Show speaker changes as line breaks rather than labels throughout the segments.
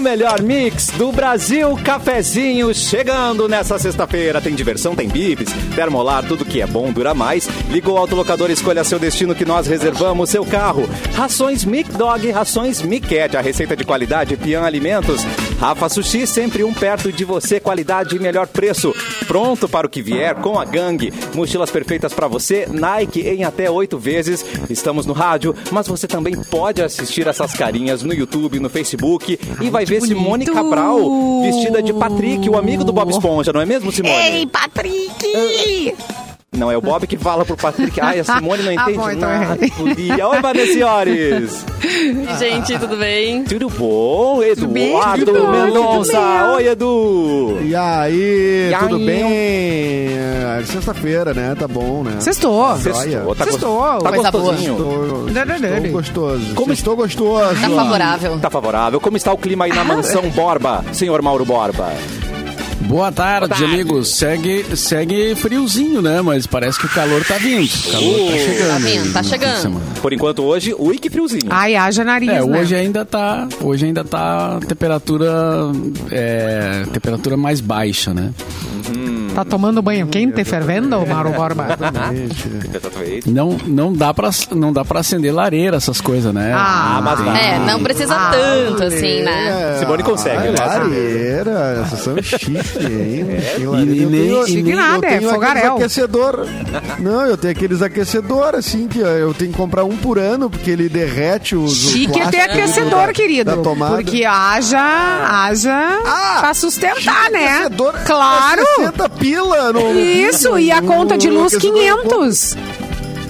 melhor mix do Brasil, cafezinho chegando nessa sexta-feira. Tem diversão, tem bips, termolar, tudo que é bom dura mais. Liga o autolocador, escolha seu destino que nós reservamos seu carro. Rações Mic Dog, rações Miquete, a receita de qualidade, Pian Alimentos. Rafa Sushi, sempre um perto de você, qualidade e melhor preço. Pronto para o que vier com a gangue. Mochilas perfeitas para você, Nike em até oito vezes. Estamos no rádio, mas você também pode assistir essas carinhas no YouTube, no Facebook e vai ver Simone
bonito.
Cabral vestida de Patrick, o amigo do Bob Esponja, não é mesmo, Simone?
Ei, Patrick!
Não, é o Bob que fala pro Patrick. Ai, a Simone não
Ah,
entende
bom, então
nada.
errei.
guria. Oi, Vanessiores!
Ah.
Gente, tudo bem?
Tudo bom?
bem,
Eduardo
tudo bom, tudo
Mendonça!
bem?
Oi, Edu!
E aí,
E
tudo
aí?
bem? É, Sexta-feira, né? Tá bom, né?
Sextou.
Sextou.
Sextou, tá,
Sextou,
gos- tá
coisa boa.
gostosinho.
Estou,
Não, não, não,
estou
não. É
gostoso.
Como
estou gostoso.
Tá favorável.
Tá favorável. Como está o clima aí na mansão Borba, senhor Mauro Borba?
Boa tarde, amigos. Segue, segue friozinho, né? Mas parece que o calor tá vindo. O calor tá chegando.
Tá vindo, tá
no fim de
chegando.
semana.
Por enquanto, hoje, ui, que friozinho.
Ai, haja nariz,
É,
né?
hoje ainda tá, hoje ainda tá temperatura, é, temperatura mais baixa, né?
Hum.
Tá tomando banho quente, fervendo, Mauro Borba?
Exatamente.
Exatamente.
Não, não dá para, não dá para acender lareira essas coisas, né?
Ah,
Ah, mas dá.
É, não precisa
Ah,
tanto, assim, né?
É,
Simone consegue,
ah,
né?
Lareira, essa são chique, hein? Que lareira.
e
Eu
nem-
tenho-
e
nem- nada, é
aqueles
fogaréu.
aquecedor. Não, eu tenho aqueles aquecedor, assim, que eu tenho que comprar um por ano, porque ele derrete os. o
Chique é ter
plástico
aquecedor,
da- Da
querido.
tomada.
Porque haja, haja
Ah,
pra sustentar, né?
Aquecedor é
Claro!
60 pila no-
Isso, e a
no-
conta de
no
luz
aquecedor. é um
500.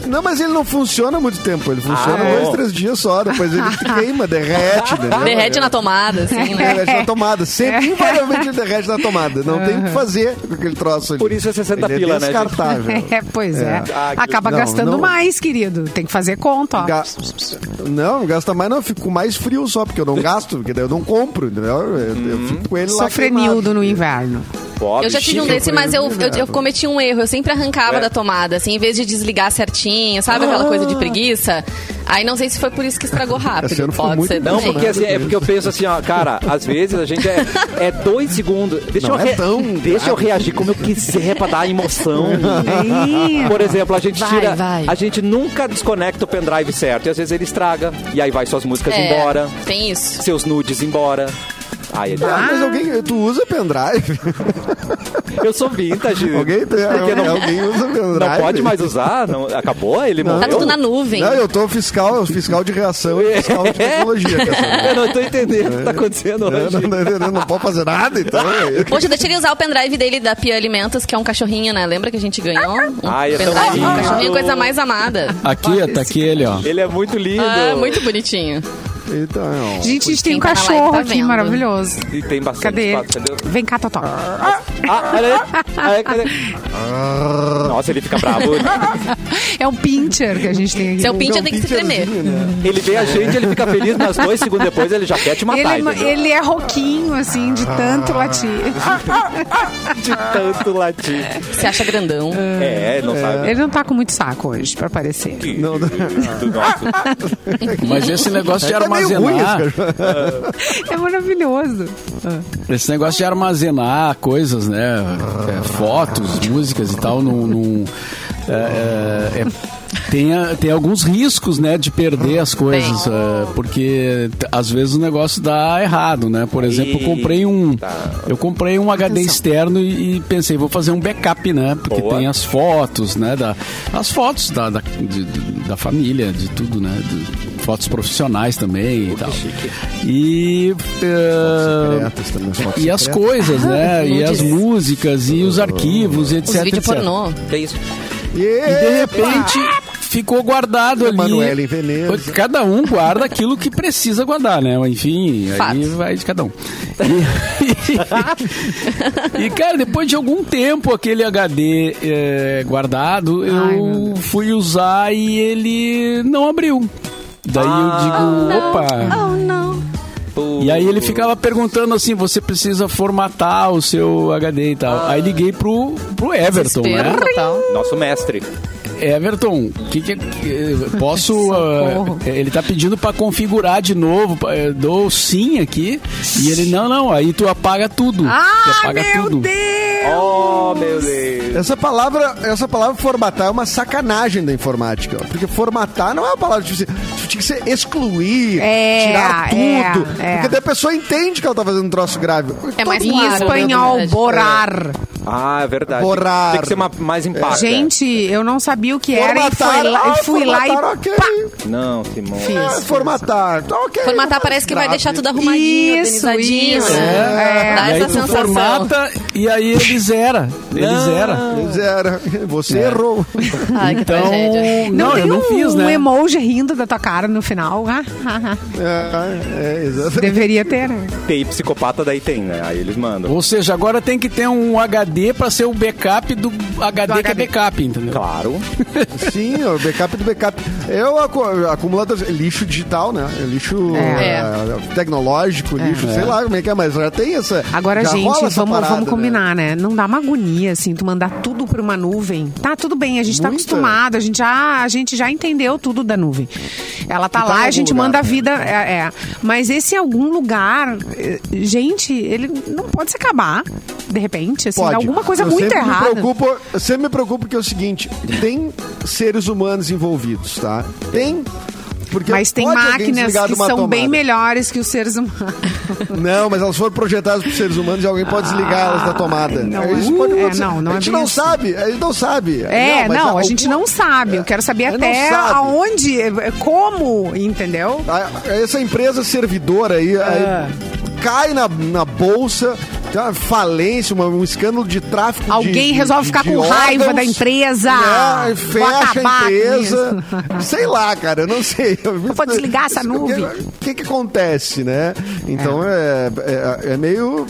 Não, mas ele não funciona muito tempo. Ele funciona
Ah,
dois,
bom.
três dias só. Depois ele queima, derrete. entendeu?
Derrete na tomada, assim, né?
Derrete na tomada. Sempre, invariavelmente, ele derrete na tomada. Não tem o que fazer com aquele troço ali.
Por isso é 60
ele
pila,
é
né, gente?
descartável.
É, pois é.
Ah, que-
Acaba
não,
gastando
não.
mais, querido. Tem que fazer conta, ó.
Ga- Não, não gasta mais, não. Eu fico com mais frio só, porque eu não gasto, porque daí eu não compro, entendeu? Eu,
Uhum.
eu fico com ele lá.
Sofrenildo no inverno.
Bob,
Eu já tive um
chique.
desse, mas eu, eu, eu cometi um erro. Eu sempre arrancava
É.
da tomada, assim, em vez de desligar certinho, sabe aquela coisa de preguiça? Aí não sei se foi por isso que estragou
Ah. Esse
rápido.
ano foi
Pode
muito
ser
bom,
Não,
também.
porque assim, é porque eu penso assim, ó, cara, às vezes a gente é, é dois segundos. Deixa,
Não
eu,
é tão
deixa eu reagir como eu quiser pra dar emoção.
Ih,
Por exemplo, a gente
Vai,
tira.
vai.
A gente nunca desconecta o pendrive certo. E às vezes ele estraga. E aí vai suas músicas
É,
embora,
Tem isso.
seus nudes embora. é Aí ele.
Ah, mas alguém. Tu usa pendrive?
Eu sou vintage.
Alguém, tem,
Porque não,
alguém usa pendrive?
não pode mais usar? Não, acabou? Ele
Não.
Tá
morreu?
tudo na nuvem.
Ah, Não, eu tô fiscal, fiscal de reação e fiscal de tecnologia. que essa-
Eu É, não tô entendendo o que tá acontecendo
Não,
hoje.
É, não, não, não, não pode fazer nada, então.
Hoje eu deixei ele usar o pendrive dele da Pia Alimentos, que é um cachorrinho, né? Lembra que a gente ganhou? Um
Ah,
Ai, é tão
pendrive, um
lindo.
cachorrinho, coisa mais amada.
Aqui, ó, tá aqui ele, ó.
Ele é muito lindo.
Ah, muito bonitinho.
Então,
Gente, a gente tem
Quem
um
tá na
cachorro
live tá
aqui
vendo.
maravilhoso.
E tem bastante
Cadê ele?
espaço.
tá,
Cadê?
Vem cá, Totó.
Ah, olha aí. Ah, cadê?
Ah,
Nossa, ele fica bravo.
É um pincher que a gente tem aqui.
Seu pincha tem que
é
se tremer.
né?
Ele vê a gente, ele fica feliz, mas dois segundos depois ele já quer te
Ele,
matar.
é, ma-
entendeu?
ele é roquinho, assim, de tanto
Ah.
latir.
De tanto latir.
Se acha grandão.
É, não sabe.
Ele não tá com muito saco hoje, pra parecer.
Não, do nosso.
Mas esse negócio de
É meio ruim esse
armazenar,
cachorro.
É maravilhoso.
Esse negócio de armazenar coisas, né? é, fotos, músicas e tal, num. num- é, é, é, tem, a- tem alguns riscos, né, de perder as coisas, é, porque t- às vezes o negócio dá errado, né? Por exemplo, eu comprei um, eu comprei um HD externo e, e pensei vou fazer um backup, né? Porque
Boa.
tem as fotos, né? Da, as fotos da, da, de- de- da família, de tudo, né? de- fotos profissionais também e tal. E é,
Secretas também, Hum. as fotos
e as
secretas.
coisas, né? E
nudes.
as músicas, e os arquivos, e
Os
etc.
vídeos
etc.
pornô.
Que isso?
E de
Yeah.
repente ficou guardado ali.
Emanuele em Veneza.
Cada um guarda aquilo que precisa guardar, né? Enfim, aí
Fato.
vai de cada um. E, e, cara, depois de algum tempo, aquele HD eh, guardado,
Ai, meu
eu fui usar e ele não abriu. Daí
Ah.
eu digo, opa. E aí ele ficava perguntando assim, você precisa formatar o seu HD e tal. Aí liguei pro, pro Everton, né?
Desespero total.
Nosso mestre.
É, Everton, que que, que- posso.
Socorro.
ah, ele tá pedindo pra configurar de novo. pa- eu Dou sim aqui. E ele, não, não, aí tu apaga tudo. tu
Ah,
apaga
meu
tudo.
Deus!
Oh, meu Deus.
Essa palavra, essa palavra formatar é uma sacanagem da informática. ó. Porque formatar não é uma palavra tipo, assim, tipo, tinha que ser excluir,
É,
tirar
é,
tudo.
é.
Porque daí a pessoa entende que ela tá fazendo um troço grave.
É mais
Todo mundo
Em
claro,
tá fazendo
espanhol,
verdade.
borar.
Ah, é verdade.
Borrar.
Tem que ser uma, mais né? impacta.
Gente, eu não sabia o que era e
Formatar,
fui lá,
ah,
e fui lá
formatar,
e...
ok.
Não, Simão.
Ah,
Fiz.
formatar, tá ok.
Formatar parece que vai
Grave.
deixar tudo arrumadinho,
Isso,
organizadinho.
isso.
né?
É.
Dá
E aí
essa
tu
sensação.
formata e aí ele zera. Ele zera.
Zero. Você errou.
Ai, que
Então.
tragédia.
Não,
tem
eu não
um,
fiz,
um
né?
emoji rindo da tua cara no final. Ah, ah, ah.
É, é, exatamente.
Deveria ter, né?
Tem psicopata, daí tem, né? Aí eles mandam.
Ou seja, agora tem que ter um HD pra ser o backup do HD que é backup, entendeu?
Claro.
Sim, o backup do backup. Eu acu- acumulador lixo digital, né? Lixo
É.
eh, tecnológico, lixo, sei lá como é que é, mas já tem essa.
Agora,
já
gente,
rola
vamos,
essa parada,
vamos
né?
combinar, né? Não dá uma agonia, assim, tu mandar tudo pra uma nuvem. Tá, tudo bem, a gente tá
Muita.
acostumado, a gente, já, a gente já entendeu tudo da nuvem. Ela tá
E tá em
lá, a
algum
gente
lugar,
manda a
né?
vida. É, é. Mas esse algum lugar, eh, gente, ele não pode se acabar, de repente, assim, dá alguma coisa
Eu
muito
sempre Me
errada.
preocupo, eu sempre me preocupo que é o seguinte: tem seres humanos envolvidos, tá? Tem. Porque
Mas tem
pode alguém
máquinas
desligar de
que
uma
são bem
tomada.
melhores que os seres humanos.
Não, mas elas foram projetadas por seres humanos e alguém pode desligar elas da tomada.
Ah, não,
isso
é-
pode
é,
acontecer.
não, não é
a gente
bem
não
assim.
sabe, a gente não sabe.
É,
mas
não, a
algum-
gente não sabe. Eu quero saber
É, não
até
sabe.
aonde, eh, como, entendeu?
A- Essa empresa servidora aí,
É.
aí cai na, na bolsa, tem uma falência, uma- um escândalo de tráfico. de-
Alguém
de-
resolve
de-
ficar
de
com raiva
órgãos,
da empresa.
né? E
Vou
Fecha
acabar
a
com
empresa. Sei lá, cara, eu não sei. Eu,
vou desligar essa nuvem.
O que, o que que acontece, né? Então é, é, é meio.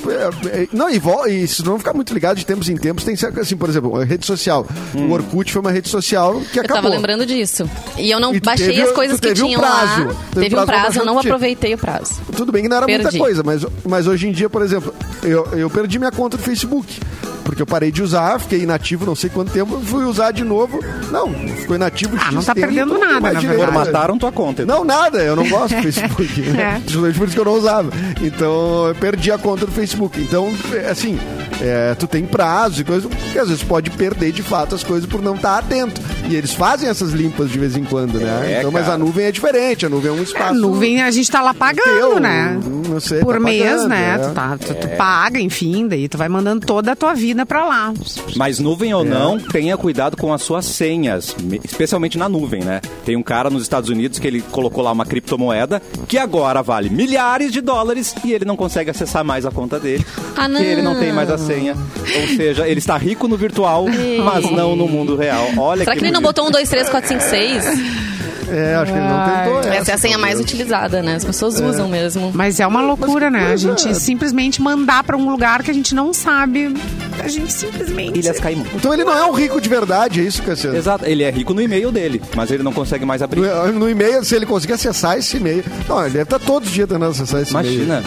é- é- não, e, vo- e se não ficar muito ligado de tempos em tempos, tem cerca assim, por exemplo, a rede social.
Hum.
O Orkut foi uma rede social que
Eu tava
acabou.
lembrando disso. E eu não
E tu
baixei
teve-
as
tu
coisas que
teve um
tinham
prazo.
lá.
Teve
Teve
prazo
um
pra
prazo, eu não
baixar.
aproveitei o prazo.
Tudo bem que não era muita
Perdi.
coisa, mas, mas hoje em dia, por exemplo, eu, eu perdi minha conta do Facebook. Porque eu parei de usar, fiquei inativo não sei quanto tempo, fui usar de novo. Não, ficou inativo
Ah,
X
não tá
tempo,
perdendo
não tem
nada,
mais
na
direito.
verdade.
Formataram tua conta.
Não, nada, eu não gosto do Facebook.
É.
né? Justamente por isso que eu não usava. Então, eu perdi a conta do Facebook. Então, é assim, é, tu tem prazo e coisa, porque às vezes pode perder de fato as coisas por não estar atento. E eles fazem essas limpas de vez em quando, né?
É,
então, mas
cara.
a nuvem é diferente, a nuvem é um
A
espaço.
nuvem a gente tá lá pagando,
teu,
né?
não sei,
Por
tá
mês,
pagando,
né?
é.
Tu, tá- tu- tu paga, enfim, daí tu vai mandando toda a tua vida pra lá.
Mas nuvem ou não, tenha cuidado com as suas senhas, me- especialmente na nuvem, né? Tem um cara nos Estados Unidos que ele colocou lá uma criptomoeda que agora vale milhares de dólares e ele não consegue acessar mais a conta dele.
Ah, não.
porque ele não tem mais a senha. Ou seja, ele está rico no virtual, mas não no mundo real. Olha
Será que ele não
bonito.
botou um, dois, três, quatro, cinco, seis?
É, acho que ele não tentou essa.
Essa é a senha mais utilizada, né? As pessoas usam mesmo.
Mas é uma loucura, né? A
mas
gente
é.
simplesmente mandar pra um lugar que a gente não sabe. A gente simplesmente.
Ilhas Caimão.
Então ele não é um rico de verdade, é isso, Cassiano?
Exato, ele é rico no e-mail dele, mas ele não consegue mais abrir.
No, no e-mail, se ele conseguir acessar esse e-mail. Não, ele deve estar todos os dias tentando acessar esse e-mail.
Imagina.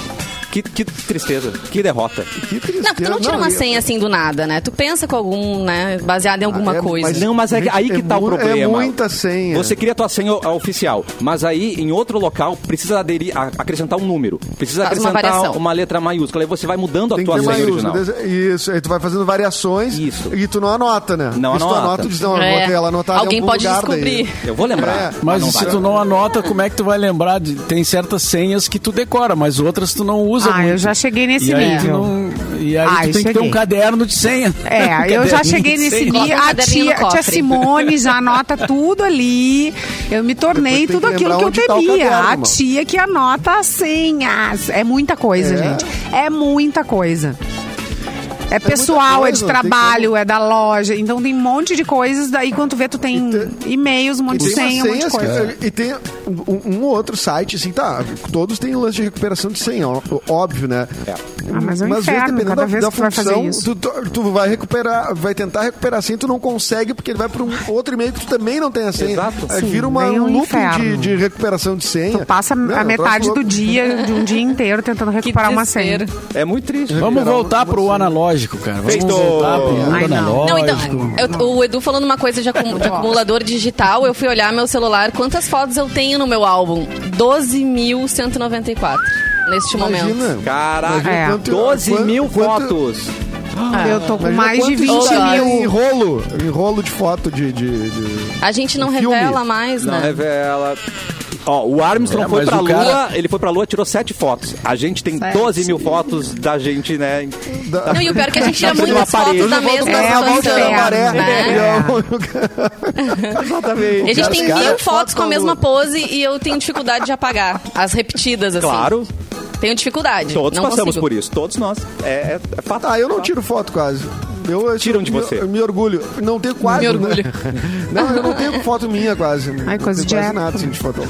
Que, que tristeza, que derrota.
Que tristeza.
Não, tu não tira uma
e-
senha assim do nada, né? Tu pensa com algum, né? Baseado em alguma
é,
coisa.
Não, mas é que- aí que
É
tá o
mu- é
problema.
muita senha.
Você cria a tua senha o- a oficial, mas aí em outro local precisa aderir, a- acrescentar um número. Precisa
Faz uma
acrescentar uma,
variação.
letra maiúscula. Aí você vai mudando a
Tem que
tua
ter
senha
maiúsculo.
original.
Isso, aí tu vai fazendo variações
Isso.
e tu não anota, né?
Não
Isso
anota.
tu anota, tu diz, não, eu
É.
vou ter ela anotada em
Alguém
algum
pode
lugar
descobrir.
daí.
Eu vou lembrar.
É.
Mas
não
se
vai.
tu não anota, como é que tu vai lembrar? de- tem certas senhas que tu decora, mas outras tu não usa
Ah,
muito.
eu já cheguei nesse
e aí, tu
nível.
não, e aí
é. Ah,
tu
eu
tem que ter um
cheguei.
caderno de senha.
É,
Um
eu já
caderno
cheguei
de
nesse
senha.
Coloca
nível.
um
A
caderninho
tia,
no cofre.
tia Simone já anota tudo ali. Eu me
Depois tem
tornei tudo
que
aquilo que
lembrar
eu
onde tá o
temia.
caderno,
a
irmão.
tia que anota as senhas. É muita coisa,
É.
gente. É muita coisa. É pessoal, é,
coisa,
de
não tem
trabalho, é da loja. Então tem um monte de coisas. Daí quando vê, tu tem e-mails, um monte de
E tem
senha, um monte de
umas senhas
coisa.
que- E tem um, um outro site, assim, tá. Todos têm lance de recuperação de senha, ó- óbvio, né?
Ah, mas é um
às vezes,
inferno,
dependendo
cada
da,
vez
da
que tu vai fazer
função, tu,
isso.
tu- tu vai recuperar, vai tentar recuperar a senha, tu não consegue, porque ele vai para um outro e-mail que tu também não tem a senha.
Exato.
Aí
Sim,
vira uma,
vem um
um looping de,
inferno.
de recuperação de senha.
Tu passa
Não, é
a
um
metade
troço
do
louco.
dia, de um dia inteiro, tentando recuperar uma senha.
desespero.
É muito triste.
Vamos voltar pro analógico, cara. Vamos
Feito!
voltar pro mundo
Ai, não.
Não, então,
analógico.
eu- o Edu falando uma coisa de, acum- de acumulador digital, eu fui olhar meu celular, quantas fotos eu tenho no meu álbum? 12.194, neste momento.
Imagina.
Caraca,
É.
quanto-
12
quanto-
mil
quanto-
fotos.
Eu tô com
Imagina
mais de
quanto
20
isso dá
mil.
em rolo, em rolo é de foto de... de- de-
A gente não
Filme.
revela mais,
Um Não
né?
revela. Ó, o Armstrong
É,
foi
mas
pra
o
Lua,
cara-
ele foi pra Lua, tirou sete fotos. A gente tem 12 mil fotos da gente, né?
da-
Não, e o pior é que a gente tira
Tá fazendo uma
muitas
parede. Tá
fotos da
Eu
mesma
dar É, uma volta
situação.
na maré.
né? E
Exatamente.
a gente tem
cara,
mil
foto
fotos com a
tá
do-
mesma pose e eu tenho dificuldade de apagar. As repetidas, assim.
Claro,
Tenho dificuldade.
todos
não
passamos
consigo.
por isso. Todos nós. É, é, é fatal.
Ah, eu não tiro foto quase. Eu, eu-
Tiram de
eu-
você.
Eu, me orgulho. Não tenho quase.
Me
né?
orgulho.
Não, eu não tenho foto minha quase. né?
Ai,
Não
coisa
tenho
de
quase
época.
nada assim, de foto.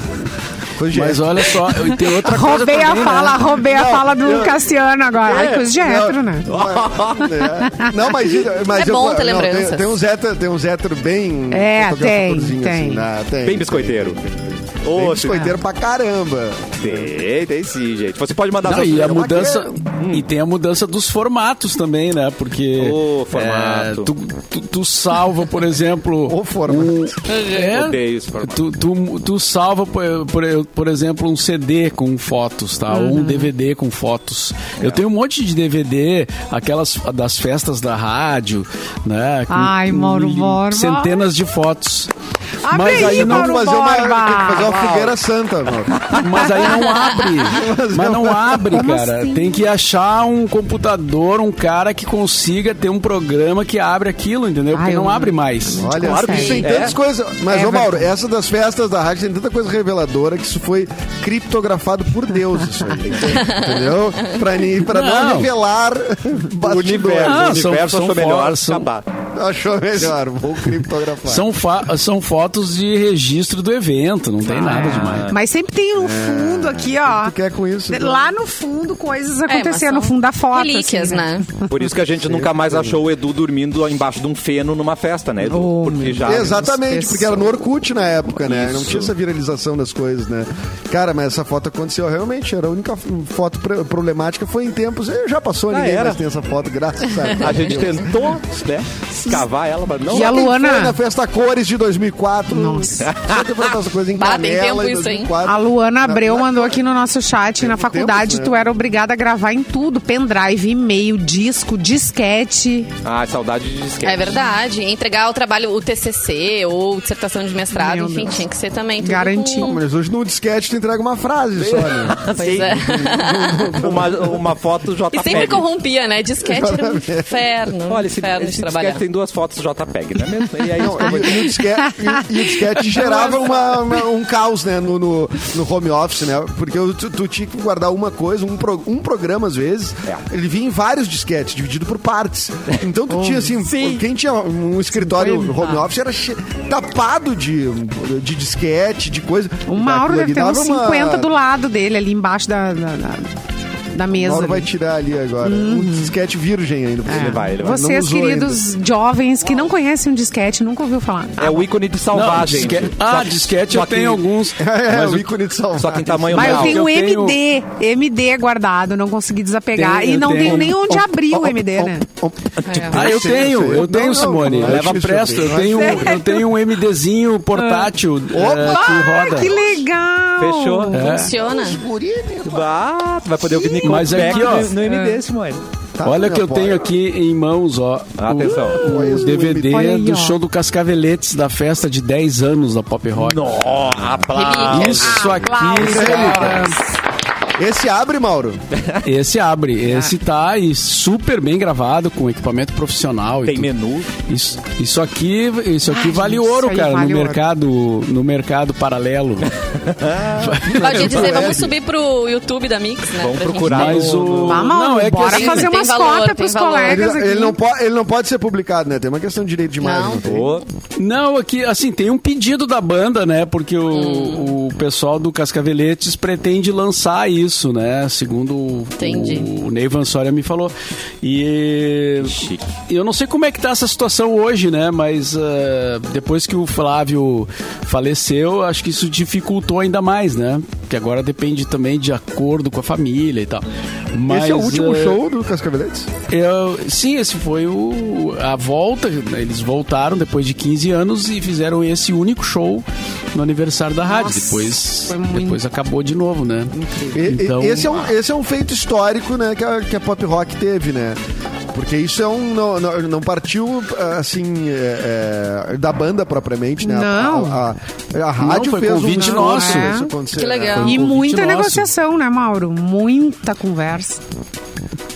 Coisa de
Mas
época.
olha só, e tem outra coisa
Roubei a
também, né?
fala, roubei a
Não,
fala do
eu-
Cassiano agora. Ai, coisa de
não,
hétero, né?
mas- é. Não, mas, mas
É bom ter
não, tem-
lembranças.
Tem, uns hétero, tem uns hétero bem.
É,
fotógrafo
tem,
torzinho,
tem.
né? tem.
Bem biscoiteiro.
Tem
Ô,
biscoiteiro pra caramba.
Tem, tem sim, gente. Você pode mandar
Não,
suas
e é a
sugestões.
mudança e tem a mudança dos formatos também, né? Porque
O formato.
é, tu, tu- tu salva, por exemplo,
O formato.
é,
Odeio esse formato.
Tu, tu, tu salva, por, por, por exemplo, um CD com fotos, tá?
Uhum.
Ou um DVD com fotos. Eu tenho um monte de DVD, aquelas das festas da rádio, né? Com-
Ai,
com
Mauro
mil-
Borba.
Centenas de fotos.
Abre
Mas aí
aí,
não
Mauro
Vamos fazer uma, tem que fazer
Borba.
uma fogueira santa, mano.
Mas aí não abre. Mas não abre, cara.
assim?
Tem que achar um computador, um cara que consiga ter um programa que abre aquilo, entendeu? Porque
Ai, eu-
não abre mais.
Olha,
Claro que
isso tem
sim.
tantas
É.
coisas. Mas,
É
ô Mauro, essa das festas da rádio tem tanta coisa reveladora que isso foi criptografado por Deus, isso aí. Entendeu? Pra, ni- pra não.
Não.
nivelar
O universo,
Ah,
o
são-
universo
são
achou melhor
fotos, são-
acabar.
Achou melhor, vou criptografar.
São, fa- são fotos de registro do evento, não
Ah,
tem nada demais.
Mas sempre tem
É.
no fundo aqui, ó.
Tu quer é com isso? então?
Lá no fundo, coisas
É, mas
acontecendo, no
são
fundo da foto.
Relíquias,
assim,
né?
Por isso que a gente nunca mais achou o Edu dormindo embaixo de um feno numa festa, né, Edu?
Oh,
Porque
meu
já.
Exatamente, porque era no Orkut na época, né? Não
Isso.
tinha essa viralização das coisas, né? Cara, mas essa foto aconteceu realmente. Era a única foto pre- problemática. Foi em tempos. eh, Já passou,
Já
ninguém
era.
mais tem essa foto, graças
A gente tentou, né, cavar ela, mas não.
E a
Quem
Luana-
foi na festa Cores de 2004.
Nossa.
Só que foi essas coisas em
Bah, tem
Canela
tempo
em
isso, hein?
2004.
A Luana Abreu
Na- na-
mandou aqui no nosso chat, na
Tempo,
faculdade
né?
tu era obrigada a gravar em tudo, pendrive, e-mail, disco, disquete.
Ah, saudade de disquete.
É verdade. Entregar o trabalho, o TCC ou dissertação de mestrado,
Meu
enfim,
Deus.
tinha que ser também. tudo
Garantir.
com-
Mas hoje no disquete tu entrega uma frase só, né?
Pois é.
uma, uma foto JPEG.
E sempre corrompia, né? Disquete era um inferno.
Olha, esse,
inferno
esse
de trabalhar.
disquete tem duas fotos JPEG, não é mesmo? E aí,
Não,
como é que-
e, e o disquete, e, e o disquete gerava uma- uma- um caos, né? No, no, no home office, né? Porque o- tu, tu tinha que guardar uma coisa, um, pro- um programa às vezes.
É.
Ele vinha em vários disquetes, dividido por partes. Então tu tinha assim, quem tinha um escritório home office era che- tapado de, de disquete, de coisa.
O Mauro
Aquilo
deve
ali
ter uns
dava uma-
50 do lado dele, ali embaixo da, da, da- da mesa.
Mauro vai
ali. Uhum.
tirar ali agora. Um disquete virgem ainda pra você
Ele
levar.
vai, ele vai.
Não
Vocês,
usou
queridos jovens que não conhecem um disquete, nunca ouviu falar.
É o ícone de
Não,
salvagem.
disquete, ah, disquete
só
eu
que-
tenho alguns.
É,
mas
o
o-
ícone de salvar.
Só que em tamanho
Mas eu
real.
tenho
eu
um
tenho-
MD, MD é guardado, não consegui desapegar.
Tenho,
e
eu
não
tenho.
tenho nem onde abrir o MD, né?
Ah, eu
Sim,
tenho,
sim.
eu tenho,
tipo, assim. Não, não,
Simone.
não é
Leva
difícil,
presto.
eu
Eu tenho, eu tenho um MDzinho portátil eh, que roda.
Ah, Que legal!
Fechou.
Funciona.
Ah, tu vai poder ouvir Nicole
Mas é aqui,
Beck
ó.
no, no MD, Simone.
Tá
Olha o
na
que eu
porta.
tenho aqui um em mãos, ó.
Ah, Atenção.
O, o DVD
Olha aí, ó.
do show do Cascaveletes da festa de 10 anos da Pop Rock.
Nossa, aplausos.
Isso aqui, cara,
Esse abre, Mauro.
esse abre, esse tá aí super bem gravado com equipamento profissional. e
Tem
tudo.
menu.
Isso, isso aqui, isso aqui
Ai,
vale
gente, isso
ouro,
aí
cara,
vale
no
ouro.
mercado, no mercado paralelo.
Pode dizer, vamos subir pro YouTube da Mix, né?
Vamos
pra gente
procurar
ver.
Mas
no-
o
Vá, Mauro,
não é que
bora
assim,
fazer
tem
umas
valor,
cotas
tem
pros
valor.
Ele,
colegas aqui.
ele
é
não po- ele não pode ser publicado, né? Tem uma questão de direito de imagem.
Não.
não tem?
Ô,
Não, aqui, assim, tem um pedido da banda, né? Porque o, o pessoal do Cascaveletes pretende lançar isso, né? Segundo o-
Entendi.
o Ney Vansória me falou. E
chique.
eu não sei como é que tá essa situação hoje, né? Mas ah, depois que o Flávio faleceu, acho que isso dificultou ainda mais, né? Que agora depende também de acordo com a família e tal. Mas,
Esse é o último
ah,
show do Cascaveletes?
eu- sim, esse foi o, a volta. né? Eles voltaram depois de 15 anos e fizeram esse único show no aniversário da rádio.
Nossa,
depois,
foi muito-
depois acabou de novo, né?
E- e-
Então-
esse, é um, esse é um feito histórico, né, que a, que a pop rock teve, né? Porque isso é um. Não, não- não partiu, assim, é, é, da banda propriamente, né? A-
Não.
A, a- a rádio
foi
fez
convite
um
nosso.
isso
É.
acontecer,
Que legal.
né?
um
E
convite
muita
nosso.
negociação, né, Mauro? Muita conversa.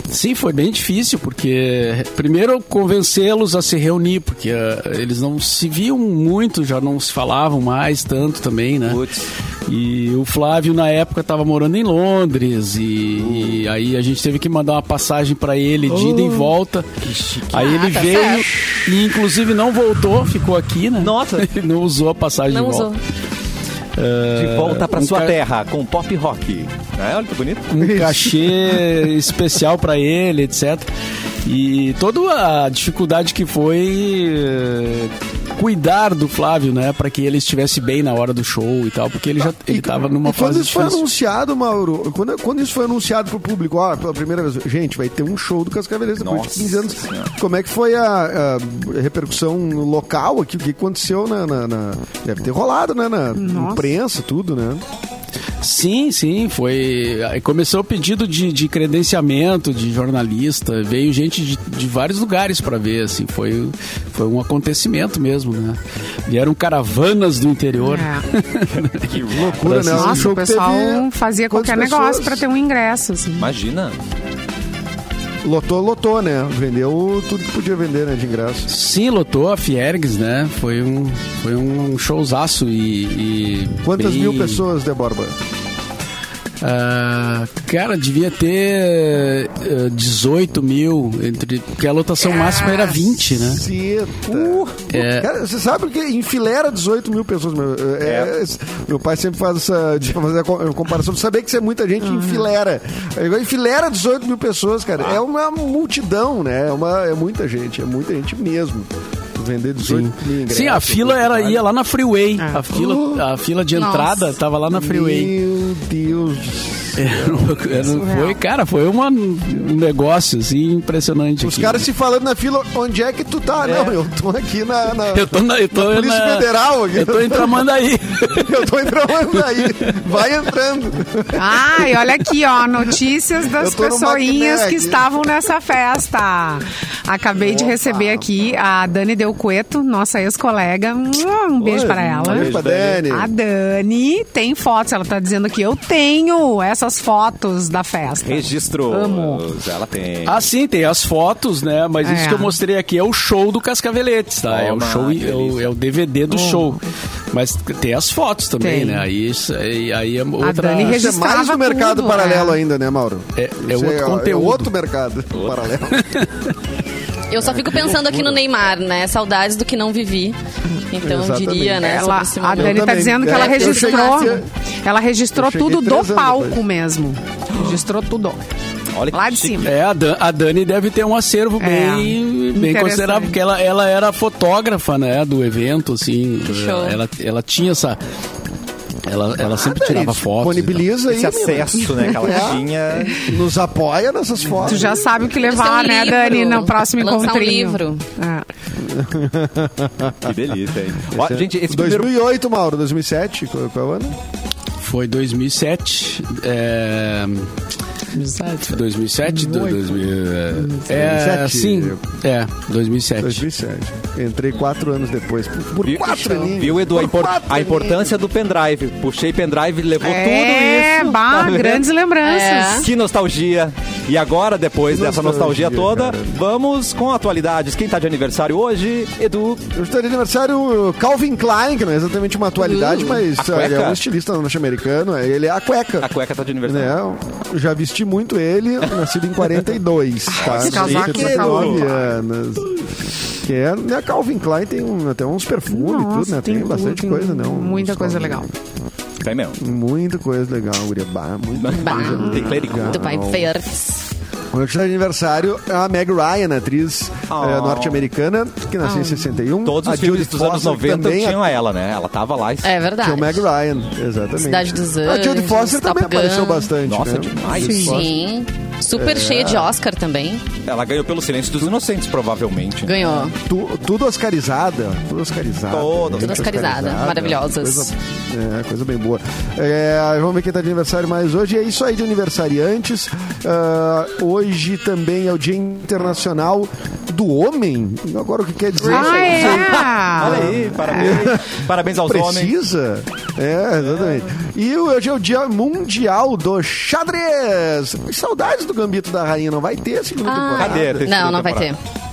Sim, foi bem difícil, porque primeiro convencê-los a se reunir, porque ah, eles não se viam muito, já não se falavam mais tanto também, né?
Putz.
E o Flávio, na época, estava morando em Londres, e, e aí a gente teve que mandar uma passagem para ele de ida e volta. Aí ele
Ah, tá
veio e, inclusive, não voltou, ficou aqui, né?
Nossa.
Ele não usou a passagem
Não
de volta.
usou.
De volta pra
um
sua
ca-
terra com pop rock. É, olha que bonito.
um cachê especial pra ele, etc. E toda a dificuldade que foi eh, cuidar do Flávio, né, Pra que ele estivesse bem na hora do show e tal, porque ele já ele tava numa
e quando
fase
isso foi
difícil.
anunciado, Mauro, quando, quando isso foi anunciado pro público, ó, pela primeira vez, gente, vai ter um show do Cascavelês depois de
Nossa
15 anos. Como é que foi a, a repercussão local aqui? O que aconteceu na. na- na- deve ter rolado, né? Na
Nossa.
imprensa, tudo, né?
Sim, sim, foi. aí Começou o pedido de, de credenciamento de jornalista, veio gente de, de vários lugares pra ver, assim, foi, foi um acontecimento mesmo, né? Vieram caravanas do interior.
É.
Loucura, né?
Nossa,
Um
Nossa,
show
o
que
pessoal
teve
fazia
quantas
qualquer
pessoas?
negócio pra ter um ingresso, assim.
Imagina.
Lotou, lotou, né? Vendeu tudo que podia vender, né? De ingresso.
Sim, lotou a Fiergs, né? Foi um, foi um showzaço e. e
Quantas
bem-
mil pessoas, Deborba?
Ah, cara, devia ter eh, 18 mil, entre, porque a lotação máxima era 20, né?
Caceta.
É.
Cara, você sabe que enfileira 18 mil pessoas. Meu, é- meu pai sempre faz essa de fazer a co- comparação. Saber que isso é muita gente É enfileira. Enfileira 18 mil pessoas, cara. É uma multidão, né? É, uma, é muita gente. É muita gente mesmo. Vender 18 mil ingressos.
Sim, a fila era, ia lá na Freeway. A, fila, a fila de
Ah. Nossa.
entrada tava lá na Freeway.
Meu Deus do céu.
Era uma- era- foi, cara, foi uma- um negócio assim, impressionante.
Os
aqui.
caras se falando na fila, onde é que tu tá? Não, eu tô aqui na. na-
Eu tô, na, eu tô
na Polícia
na-
Federal aqui.
Eu tô em Tramandaí.
Eu tô entrando aí. Vai entrando.
Ai, olha aqui, ó, notícias das
Eu tô no
pessoinhas
Maquiné
que
aqui.
estavam nessa festa. Acabei de receber aqui a Dani Delcueto, nossa ex-colega. Um beijo para ela.
Beijo pra
Beijo,
Dani.
A Dani tem fotos, ela tá dizendo que eu tenho essas fotos da festa.
Registro.
Amo.
Ela tem.
Ah, sim, tem as fotos, né? Mas
É.
isso que eu mostrei aqui é o show do Cascaveletes, tá? é o
Toma,
show,
que
é o,
delícia.
é o DVD do show. Mas tem as fotos
Oh.
também,
Tem.
né? Aí, isso, aí, aí é outra...
Dani
Isso é mais
Registrava
um mercado
tudo,
paralelo
né?
ainda, né, Mauro?
É- é
Isso
outro
ó,
conteúdo.
É outro mercado paralelo.
Eu só fico pensando aqui no Neymar, né? Saudades do que não vivi. Então eu
Exatamente.
diria, né?
Ela,
sobre esse
a
momento.
Dani tá
também.
dizendo que
É,
ela
eu cheguei
registrou.
aqui-
Ela registrou
eu cheguei
tudo
três
do
anos
palco
depois.
mesmo. Registrou tudo.
Olha que
Lá de
chique.
cima.
É, a, Dan- a Dani deve ter um acervo
É.
bem, bem
Interessante.
considerável, porque ela, ela era fotógrafa, né, do evento, assim.
show.
Ela, ela tinha essa... Ela, ela sempre tirava
Ele
fotos. e tal.
Disponibiliza
Esse
aí. menina.
acesso, né? Que ela
É.
tinha.
Nos apoia nessas fotos.
Tu já sabe o que
Lançar
levar,
um
né,
livro.
Dani, no próximo
Lançar um
encontrinho.
livro.
É.
Que delícia, hein? Ó,
é
gente, esse primeiro.
2008, Mauro, 2007, qual, qual é o ano?
Foi 2007. É... 2007? do- 2000, é, é,
2007.
sim. É, 2007.
2007. Entrei quatro anos depois. Por, por
Viu,
quatro aninhos.
viu, Edu, a,
Por
impor-
quatro
a importância do pendrive. Puxei pendrive, levou tudo
É,
isso.
bah,
tá vendo?
grandes
É.
lembranças.
Que nostalgia. E agora, depois
Que
dessa nostalgia
nostalgia,
toda,
cara.
vamos com atualidades. Quem tá de aniversário hoje? Edu.
Eu estou de aniversário uh, Calvin Klein, que não é exatamente uma atualidade, mas
A
ele é
cueca?
um estilista norte-americano. Ele é a cueca.
A cueca tá de aniversário.
Né? Eu Já vesti muito ele, nascido em 42, tá?
Esse casaco
Tem
é Calvin
79
Klein.
anos. Que é, né, a Calvin Klein tem um- até uns perfumes e tudo,
Nossa,
né? Tem,
tudo,
bastante
tem
coisa, não.
Muita coisa legal.
É.
Tem mesmo.
Muita coisa legal, guria. Bah, muita coisa
Tem clericão.
Tu vai
legal.
ver.
Hoje está de aniversário é a Meg Ryan, atriz
Oh.
eh, norte-americana, que nasceu em 61.
Todos
a
os filmes
Jodie
dos anos
Foster
90
também é-
tinham ela, né? Ela tava lá. e-
É verdade.
Tinha o Meg Ryan, exatamente.
Cidade dos
A Jodie
Anjos,
Foster também
Top Gun.
apareceu bastante,
Nossa,
né?
demais.
Sim. Super cheia
É.
de Oscar também.
Ela ganhou pelo Silêncio dos Inocentes, provavelmente. né?
Ganhou.
Tu- tudo oscarizada. Tudo oscarizada.
Todas.
Gente,
Tudo oscarizada, maravilhosas.
Coisa, é, coisa bem boa. É, vamos ver quem tá de aniversário mais hoje. É isso aí de aniversariantes. Ah, hoje também é o Dia Internacional do Homem. Agora o que quer dizer isso
Ah,
aí?
Olha
é!
aí,
É.
parabéns. Parabéns aos homens.
Precisa? É, exatamente. E hoje é o Dia Mundial do Xadrez. Saudades do Gambito da Rainha. Não vai ter a segunda temporada.
Cadê? Tem
Não,
segunda
não vai ter.
temporada.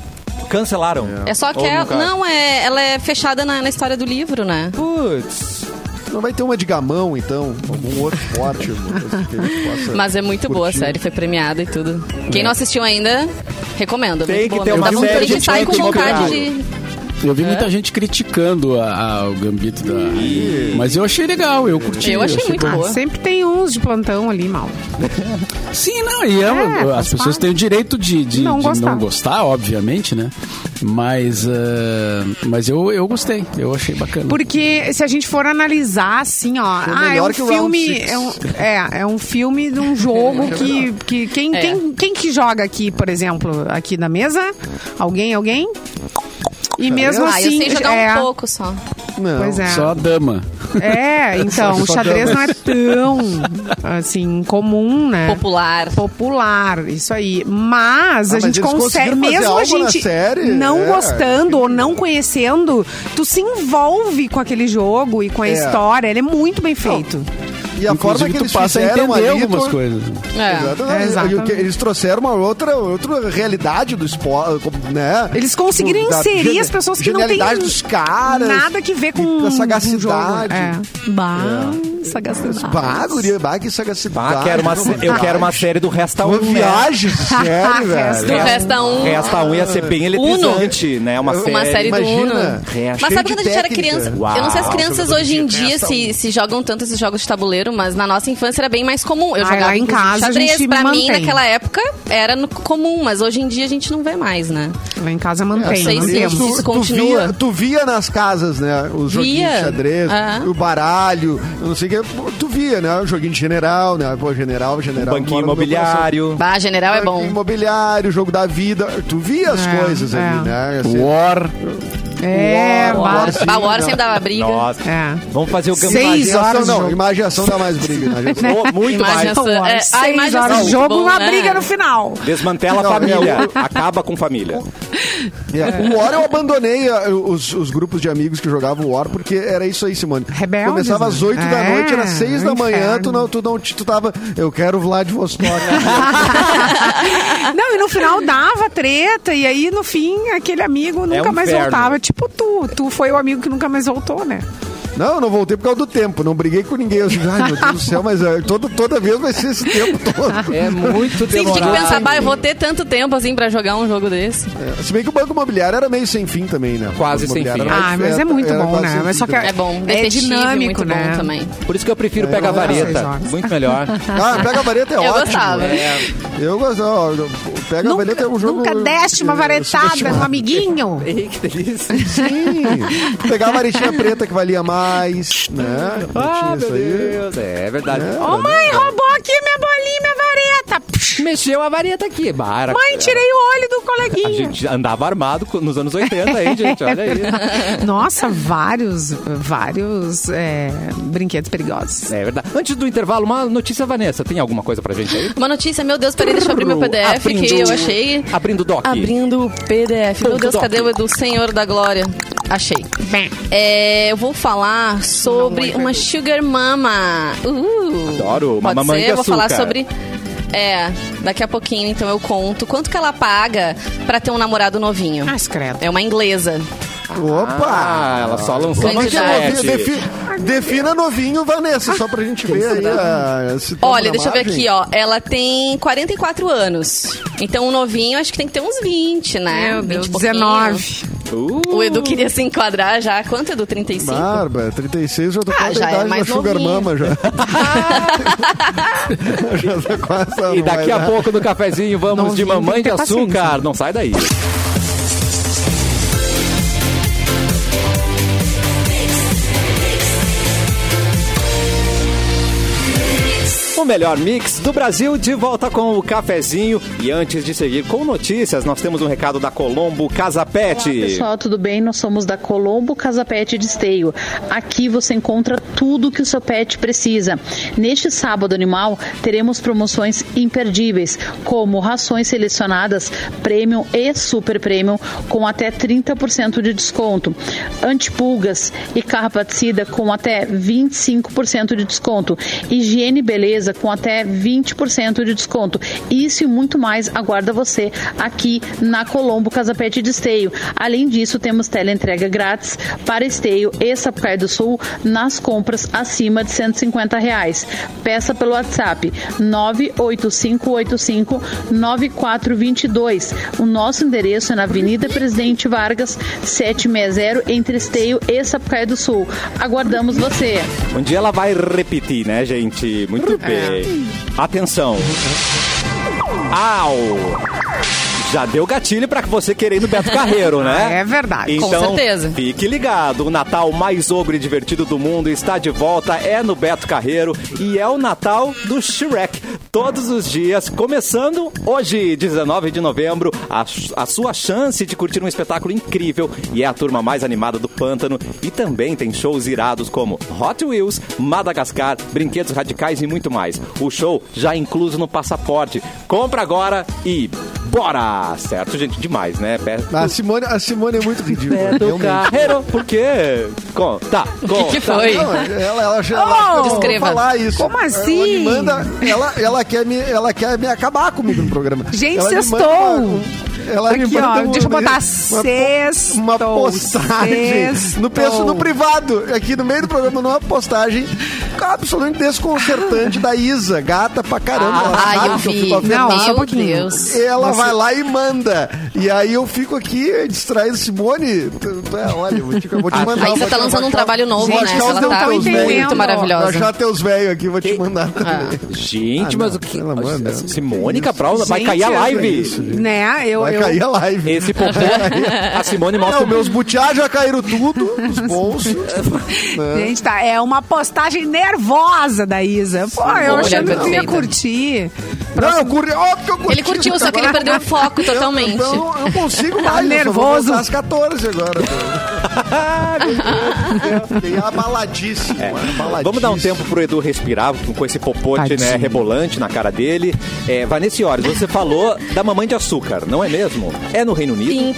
Cancelaram.
É só que
Ou
ela,
nunca-
não é, ela é fechada na, na história do livro, né?
Putz.
Não vai ter uma de gamão, então? Algum outro esporte? alguma coisa que a gente possa
Mas é muito boa a
curtir.
série, foi premiada e tudo. Quem não assistiu ainda, recomendo.
Tem
muito
que
boa
ter
mesmo.
uma
Dá um vontade
série
de
de
sair com
Banco
vontade
Imobiliário.
de.
Eu vi
É.
muita gente criticando a- a- o gambito da. Mas eu achei legal, eu curti.
Eu achei muito
Ah,
boa.
sempre tem uns de plantão ali, mal.
Sim, não, e é uma-
É, faz
as pessoas
parte.
têm o direito de, de- de
Não
não,
gostar.
gostar. obviamente, né? Mas, ah, mas eu, eu gostei, eu achei bacana.
Porque se a gente for analisar, assim, ó.
Foi
ah, é
melhor
um
que o Round
filme.
Six.
É um, é, é um filme de um jogo que. que quem,
É.
quem, quem que joga aqui, por exemplo, aqui na mesa? Alguém, alguém? E mesmo
Ah, eu
assim.
sei jogar
é,
um pouco só.
Não.
Pois é.
Só a dama.
É, então, o
Só
xadrez
dama.
não é tão, assim, comum, né?
Popular.
Popular, isso aí. Mas
Ah,
a
mas eles
gente consegue,
conseguiram fazer
mesmo a
algo na
gente
série?
não
É.
gostando ou não conhecendo, tu se envolve com aquele jogo e com a
É.
história. Ele é muito bem feito.
E a forma
Inclusive,
que eles
tu passa a
fizeram
entender
ali,
algumas
tu-
coisas.
É.
Exatamente.
É, exatamente.
E o que- Eles trouxeram uma outra, outra realidade do esporte, né?
Eles conseguiram
Da
inserir
gene-
as pessoas que não têm
genialidade dos caras.
nada que ver
e
com
da
o jogo.
sagacidade.
É. Bah, sagacidade.
Bah, guria, bah, que sagacidade.
Ah, quero uma, sé- eu quero uma série do Resta 1.
Uma
né?
viagem, sério,
Resta-
Do
É.
velho.
Resta Um.
Resta 1 ia ser bem eletrizante, né? Uma,
Uma série do
imagina.
Uno.
É,
Mas
cheio
sabe
de
quando a gente era
técnica.
criança?
Uau.
Eu não sei as crianças
Nossa,
hoje em dia
é
essa-
um-
se, se jogam tanto esses jogos de tabuleiro, mas na nossa infância era bem mais comum. Eu
Ah,
jogava
lá em
inclusive,
casa a
xadrez.
gente
pra
mantém.
mim, naquela época, era no comum, mas hoje em dia a gente não vê mais, né?
Lá em casa mantém,
sei se
mantemos.
isso-
Tu, tu,
continua.
via, tu via nas casas, né? Os joguinhos de
Via.
xadrez,
Aham.
o baralho, eu não sei o que. Tu via, né? O joguinho de general, né? Pô, general, general.
Banquinho
mora no meu
imobiliário.
Bah, general é
coração. Banquinho
bom.
Imobiliário, jogo da vida. Tu via as
É,
coisas
é.
ali, né? Assim,
War.
É,
Uau,
bah.
uau. Sim,
Bah, o War
não.
sempre dava briga.
Nossa.
É.
Vamos fazer o
Seis
Gambazinho.
imaginação
horas de
não,
jogo. Né?
imaginação dá mais briga. né?
né?
Imaginação.
Oh, Muito mais.
Imaginação.
Nossa,
É,
é,
a
seis
imaginação
horas
é
de
muito
jogo,
bom,
uma
né?
briga no final.
Desmantela a
Não,
família.
é
Acaba com família.
É, o War eu abandonei eh, os, os grupos de amigos que jogavam War, porque era isso aí, Simone.
Rebeldes,
Começava às
né?
8 da
É,
noite, era 6 da
um
manhã, tu
inferno.
não, tu não tu tava. Eu quero Vladivostok.
Não, e no final dava treta, e aí no fim aquele amigo
É
nunca
um
mais
inferno.
voltava. Tipo tu, tu foi o amigo que nunca mais voltou, né?
não, eu não voltei por causa do tempo, não briguei com ninguém. Eu disse, ai meu Deus do céu, mas eh, toda, toda vez vai ser esse tempo todo.
É muito
Sim,
demorado.
tinha que pensar, bah, eu vou ter tanto tempo assim pra jogar um jogo desse.
É, Se bem que o Banco Imobiliário era meio sem fim também, né?
Quase
O Banco
sem
Imobiliário
fim.
era
Ah,
mais-
mas é
era-
muito
era
bom,
quase
né?
sem
Mas
fim
só que
também.
É bom.
É
Detetive,
dinâmico,
muito bom
né?
também.
Por isso que eu prefiro
É,
Pega a
eu gosto
dessas
Vareta.
horas.
Muito melhor. É,
Ah, Pega a vareta é
Eu
ótimo.
gostava.
Eu gostava. ó, Pega a vareta é um jogo.
nunca deste uma
eh,
varetada né? no
subestimado. É,
amiguinho.
Ei, que delícia.
Sim. assim. Pegar a varetinha preta que valia mais, né?
Ah,
Não tinha isso
meu
aí.
Deus. É verdade.
É.
Ô mãe, roubou aqui minha bolinha, minha vareta. Psh,
Mexeu a vareta aqui.
Bah, era-
Mãe, tirei o olho do
A
coleguinha.
gente andava armado co- nos anos 80 aí, gente. Olha aí.
Nossa, vários, vários é, brinquedos perigosos.
É verdade. Antes do intervalo, uma notícia, Vanessa. Tem alguma coisa pra gente aí? um-
Uma notícia, meu Deus, peraí, deixa eu abrir meu PDF que eu achei.
Abrindo o doc.
Abrindo o PDF. Meu Deus,
Doc.
cadê o Edu Senhor da Glória? Achei.
Bem,
É, eu vou falar sobre uma Sugar Mama. Uh,
é Adoro, uma
pode
mamãe
ser?
de
Eu vou falar
açúcar.
sobre. É, daqui a pouquinho então eu conto quanto que ela paga pra ter um namorado novinho.
mais credo.
É uma inglesa.
Opa!
Ah, ela só lançou
Como é que
Defina
Candidata.
novinho,
manchete.
defi- defina novinho, Vanessa, só pra gente ver aí a, se tem
Olha,
uma
deixa eu ver
margem.
aqui, ó. Ela tem 44 anos. Então, um novinho, acho que tem que ter uns 20, né?
Meu
20
Deus,
e pouquinho.
19.
Uh.
O Edu queria se enquadrar já. Quanto, Edu? 35?
Barba, 36, já tô com a
Ah, já é
idade da
mais
Sugar
novinho.
Mama já. já tô com essa.
E
não
daqui
vai
a
dar.
pouco no cafezinho vamos de
Novinho,
mamãe
tem
de
que ter
açúcar.
paciência.
Não sai daí. O melhor mix do Brasil de volta com o cafezinho. E antes de seguir com notícias, nós temos um recado da Colombo Casa Pet.
Olá, pessoal, tudo bem? Nós somos da Colombo Casa Pet de Esteio. Aqui você encontra tudo que o seu pet precisa. Neste sábado animal, teremos promoções imperdíveis, como rações selecionadas premium e super premium, com até 30% de desconto, antipulgas e carrapaticida com até 25% de desconto, higiene e beleza com até 20% de desconto. Isso e muito mais aguarda você aqui na Colombo Casa Pet de Esteio. Além disso, temos teleentrega grátis para Esteio e Sapucaí do Sul nas compras acima de R$ 150 reais. Peça pelo WhatsApp 985859422. O nosso endereço é na Avenida Presidente Vargas, 760, entre Esteio e Sapucaí do Sul. Aguardamos você!
Um dia ela vai repetir, né, gente? Muito bem. Atenção. Au! Já deu gatilho pra você querer ir no Beto Carreiro, né?
É verdade.
Então,
Com certeza.
fique ligado. O Natal mais ogro e divertido do mundo está de volta. É no Beto Carreiro e é o Natal do Shrek. Todos os dias, começando hoje, 19 de novembro, a, a sua chance de curtir um espetáculo incrível e é a turma mais animada do pântano. E também tem shows irados como Hot Wheels, Madagascar, Brinquedos Radicais e muito mais. O show já é incluso no passaporte. Compra agora e bora! Certo, gente? Demais, né? Pe-
A Simone, a Simone é muito ridícula.
Beto
realmente.
Carreiro, por quê? Conta, conta.
que foi?
Não, ela, ela, ela
Oh!
eu vou
Descreva.
falar isso.
Como
Ela me
assim?
manda, ela, ela, quer me, ela quer me acabar comigo no programa.
Gente,
ela me
sextou.
manda uma- Ela me
Aqui,
manda
ó,
uma-
deixa eu botar
um uma-
sextou,
Uma postagem. No, penso, no
sextou.
privado, aqui no meio do programa, numa postagem absolutamente desconcertante da Isa. Gata pra caramba. ela
Ah,
sabe
eu
que eu
vi.
fico
Não,
afetado.
só um
Meu
pouquinho.
Deus.
Ela vai lá e manda. E aí eu fico aqui distraído. Simone, tu- tu- é, olha, eu vou te, eu vou te
A
mandar.
Isa
vou
tá
te-
lançando
vou
um
achar-
trabalho novo,
vou
né?
achar
Ela tá
os teus
entendendo. Ah,
velhos.
muito maravilhosa.
Vou achar teus velhos aqui, vou te mandar também.
Gente,
Ah,
mas
não,
o que.
pelo amor de Deus. é
Simônica Braula vai
Gente,
cair a
eu-
live.
Né? Eu,
Vai
eu-
cair a live.
Esse popô. a Simone mostra
Não,
o meu.
meus butiás já caíram tudo, os bolsos. né?
Gente, tá. É uma postagem nervosa da Isa. Pô, eu
Olha,
achando que tu ia
perfeita.
curtir.
Não, eu curti, óbvio que eu curti.
Ele curtiu, só que ele
agora-
perdeu o foco totalmente.
Eu não, eu não consigo mais. eu só vou
Tá nervoso.
voltar às 14 agora. meu Deus do céu, Fiquei abaladíssimo, abaladíssimo.
Vamos dar um tempo pro Edu respirar com esse popote,
Tadinho.
né? Rebolante na cara dele. É, Vanessa Iores, você falou da mamãe de açúcar, não é mesmo? É no Reino Unido?
In-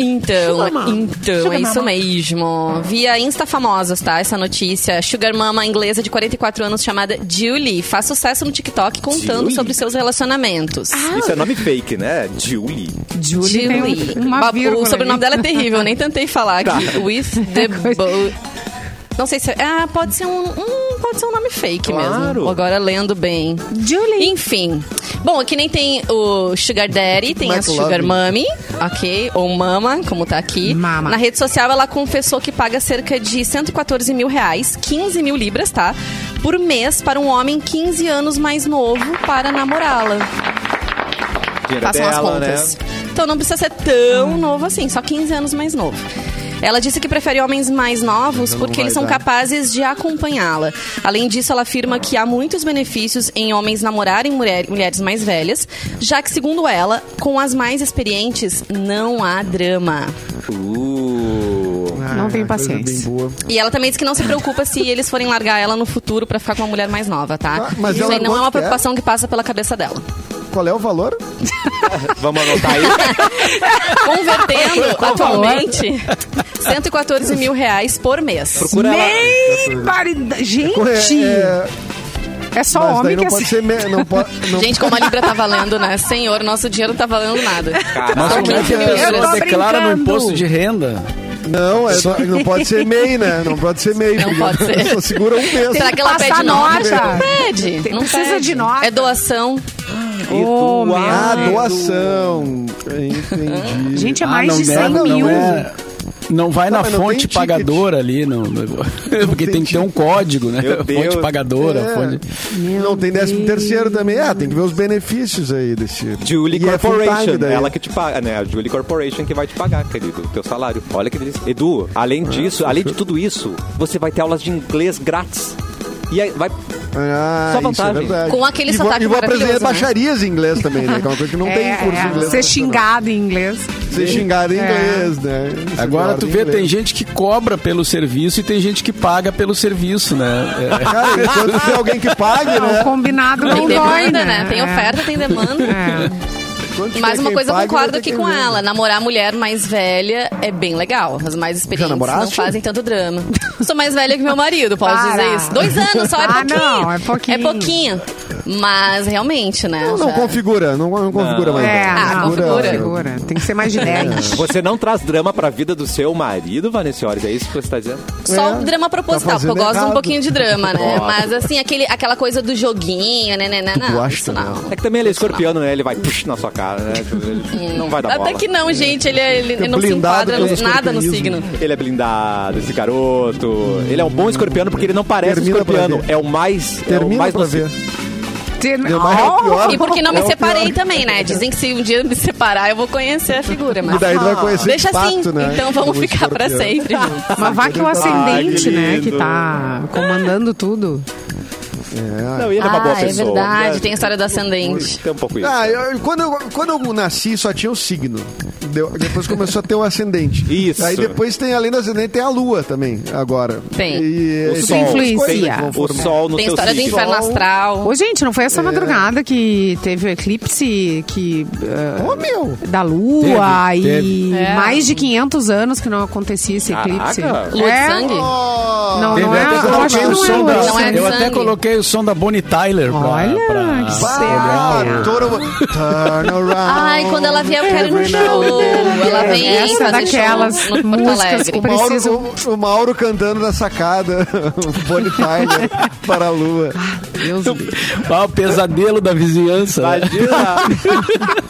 Então, então, é isso mesmo. Via Insta Famosas, tá? Essa notícia. Sugar Mama inglesa de 44 anos chamada Julie faz sucesso no TikTok contando
Julie?
sobre seus relacionamentos.
Isso é nome fake, né? Julie.
Julie, tem
Julie.
um- uma
Ba-
vírgula
o
É
sobrenome
ali.
dela é terrível, nem tentei falar aqui. With the boat. Não sei se é. Ah, pode ser um. hum, pode ser um nome fake
Claro.
mesmo. Agora lendo bem.
Julie.
Enfim. Bom, aqui nem tem o Sugar Daddy, tem a
Mike Love.
Sugar Mummy, ok? Ou Mama, como tá aqui.
Mama.
Na rede social, ela confessou que paga cerca de 114 mil reais, 15 mil libras, tá? Por mês para um homem 15 anos mais novo para namorá-la.
Dinheiro
Façam as
dela,
contas.
né?
Então não precisa ser tão novo assim, só 15 anos mais novo. Ela disse que prefere homens mais novos porque eles são capazes de acompanhá-la. Além disso, ela afirma que há muitos benefícios em homens namorarem mulher- mulheres mais velhas, já que, segundo ela, com as mais experientes não há drama.
né? Uh.
Ah,
Não tenho
coisa bem
paciência.
boa.
E ela também disse que não se preocupa se eles forem largar ela no futuro pra ficar com uma mulher mais nova, tá?
Ah, mas
Isso
ela
aí não é
quanto
uma
que é?
preocupação que passa pela cabeça dela.
Qual é o valor?
Vamos anotar aí.
Convertendo atualmente 114 mil reais por mês.
Procura ela.
Nem parida- Gente, é,
É,
só
mas daí
homem que
não
assim.
pode ser... me- Não pode, não
Gente, como a Libra tá valendo, né? Senhor, nosso dinheiro tá valendo nada.
Mas
Caraca,
como é que
Eu
a pessoa
tô
declara no
brincando.
imposto de renda?
Não, é, não, não pode ser MEI, né? Não pode ser MEI. porque
pode ser.
Só segura um mês.
Será que ela
passar
pede nota?
nota.
Não pede.
Tem-
não
precisa
pede.
de nota.
É doação.
Ô, meu
Ah,
é
Deus.
doação. Entendi.
Gente, é
Ah,
mais
não
de 100
deve,
mil.
Não, é- não vai
Não,
na
mas não tem
fonte
ticket.
pagadora ali, não. Porque
tem
tem que ter um
ticket.
código, né?
Meu Deus.
Fonte pagadora,
É.
fonte.
Não tem décimo terceiro também. Ah, tem que ver os benefícios aí desse.
Julie
E é full time
Corporation,
daí.
ela que te paga, né? A Julie Corporation que vai te pagar, querido, o teu salário. Olha que delícia. Edu, além
É,
disso, além de tudo isso, você vai ter aulas de inglês grátis. E aí vai.
Ah,
Só
isso
vantagem.
é verdade.
Com aquele
e vou,
sotaque
E vou aprender
maravilhoso, né?
baixarias em inglês também, né? Que é uma coisa que não tem
É,
curso em
é,
inglês. né?
ser xingado em inglês.
Ser xingado em
É.
inglês, né? Ser
Agora
xingado
tu
em
vê,
inglês.
tem gente que cobra pelo serviço e tem gente que paga pelo serviço, né? É.
Cara, enquanto tem alguém que pague,
Não,
né?
o combinado não
Tem
dói,
demanda,
né?
né? Tem
É.
oferta, tem demanda.
É.
Enquanto tiver
Mas uma
quem
coisa eu
pague,
concordo
vai ter
aqui
quem
com
vende.
ela. Namorar mulher mais velha é bem legal. As mais experientes não
namoraste?
fazem tanto drama. Sou mais velha que meu marido, posso
Para.
dizer isso. Dois anos só, é
Ah,
pouquinho.
não, é pouquinho.
É pouquinho. Mas realmente, né?
Não, não
já-
configura, não, não configura mais.
É,
Ah,
não,
configura.
configura. Tem que ser mais de
É.
10.
Você não traz drama pra vida do seu marido, Vanessa Ores, é isso que você tá dizendo?
Só
É,
o drama proposital,
tá
porque
fazendo
eu gosto
errado.
um pouquinho de drama, né? Mas assim, aquele, aquela coisa do joguinho, né, né, né,
Tu
não,
gosta,
isso
né?
não.
É que também ele é escorpiano, né? Ele vai push na sua cara, né? Ele não vai dar bola.
Até que não, gente, ele, é- ele não se
blindado
enquadra no-
pelo
nada no
escorpionismo.
signo.
Ele é blindado, esse garoto. Ele é um bom escorpiano porque ele não parece
Hum. Termina pra
escorpiano.
ver.
É o mais. é o
Termina
mais
pra
nocivo.
ver. Deu mais é o
Oh,
pior.
E porque não me
É o
separei
pior.
também, né? Dizem que se um dia me separar, eu vou conhecer a figura, mas...
E daí tu vai conhecer
Deixa
de fato,
assim,
né?
então vamos
Como
ficar pra
escorpião.
sempre. juntos.
mas vai que o um ascendente,
Ai, que
né?
lindo.
Que tá comandando tudo.
Não, e ele é uma boa
ah, é
pessoa.
verdade,
né?
tem a história do ascendente.
Tem um pouco isso.
Ah, eu- quando, eu, quando eu nasci só tinha o signo. Deu- depois começou a ter o ascendente.
Isso.
Aí depois tem, além do ascendente, tem a lua também, agora.
Tem.
E,
O
e
sol.
tem outras
Influencia.
coisas que vão
O
formar.
sol no
Tem
teu
história do
signo.
inferno astral.
Ô, gente, não foi essa madrugada que teve o eclipse que, eh,
Ô, meu!
da lua
Teve,
e
teve.
É. mais de 500 anos que não acontecia esse eclipse?
Caraca.
Lua de
É.
sangue?
Oh!
Não, não é.
Teve- eu até
Eu acho
coloquei
que
o
não é
som
lua de
da-
Não é
sangue.
Eu até
sangue.
coloquei o som da Bonnie Tyler pra,
Olha,
pra-
que
pra
cena.
olhar.
Ah, turn around.
Ai, quando ela vier, eu quero ir no show. Ela vem
Essa é
fazer
daquelas
show no Porto
músicas
Alegre.
com
O Mauro,
preciso.
o- o Mauro cantando na sacada, o Bonnie Tyler para a lua.
Deus
Ah, o pesadelo da vizinhança. né?
Imagina!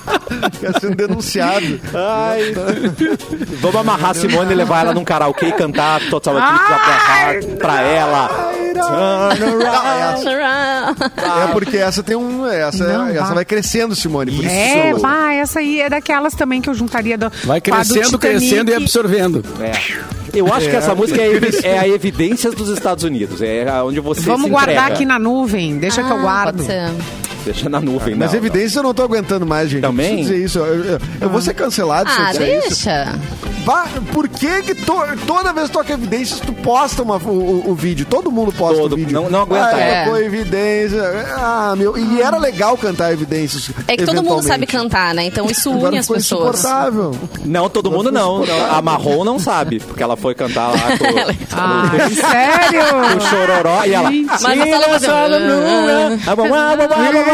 Fica sendo denunciado.
Ai. Vamos amarrar a Simone e levar ela num karaokê e cantar Total Eclipse of the Heart pra ela. Turn around.
É porque essa tem um. Essa,
Não,
essa
vai.
vai crescendo, Simone. Por isso.
É, pá, essa aí é daquelas também que eu juntaria do,
Vai
com a do
crescendo,
Titanic.
crescendo e absorvendo.
É. Eu acho que essa música é, evi- é a evidência dos Estados Unidos. É a- onde você
Vamos
se
guardar
entrega.
aqui na nuvem, deixa que eu guardo.
Pode ser.
Deixa na nuvem,
Mas
não,
evidência eu não tô aguentando mais, gente.
Também?
Eu preciso dizer isso. Eu, eu- eu vou ser cancelado se eu
Ah,
disser isso.
deixa.
Vá- por que que to- toda vez que toca evidências, tu posta uma- o, o- o vídeo? Todo mundo posta
Todo-
o vídeo.
não- não aguenta.
Ah,
É.
tocou evidência. Ah, meu. E era legal cantar evidências.
É que todo mundo sabe
eventualmente.
cantar, né? Então isso
Agora
une as
ficou
pessoas.
insuportável.
Não, todo mundo não. A Marrom não sabe, porque ela foi cantar lá com
Ai, sério?
o Chororó e ela... é.
Gente.
Mas essa ela fazia...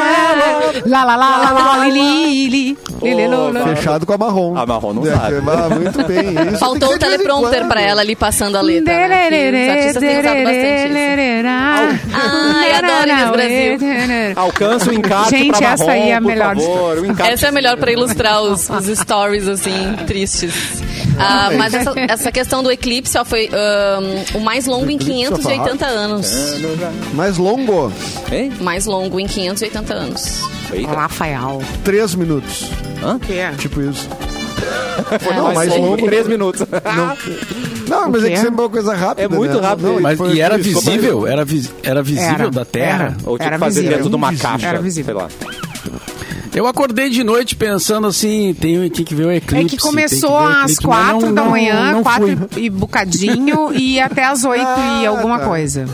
Ah,
Lá, lá, lá, lá, lá, lá, lili, lili, lili, lolo.
Fechado com a marrom.
A Marrom não
É,
sabe.
ah, Muito bem. Isso tem que
Faltou
ser
o
de vez em
teleprompter
quando.
pra ela ali passando a letra. Né? Que Os artistas têm usado bastante isso. Ai, adoro Miss Brasil.
Alcança o encarte
Gente,
pra
essa
Marrom,
aí é a
por
melhor.
favor. O encarte
Essa é a melhor pra ilustrar os, os stories, assim, tristes. Ah, mas essa, essa questão do eclipse ó, foi ahn, o mais longo em
Eclipse of
580 anos.
Mais longo.
Hein?
Mais longo em 580 anos.
Eita.
Rafael.
Três minutos.
Que?
Tipo isso.
É,
não, mais
longo.
longo.
um, Três minutos.
Não, mas é que
quê?
sempre é uma coisa rápida.
É muito
né?
rápido.
Não,
Mas,
foi
e era
isso.
visível? Era, vis- era visível
Era,
da Terra?
era.
Ou tinha que
Era
fazer
visível.
dentro de uma
Invisível.
caixa.
Era visível.
Sei lá.
Eu acordei de noite pensando assim, tem, tem que ver o eclipse.
É que começou às
é,
quatro da manhã, quatro e bocadinho, e até às oito e
Ah,
alguma
tá.
coisa.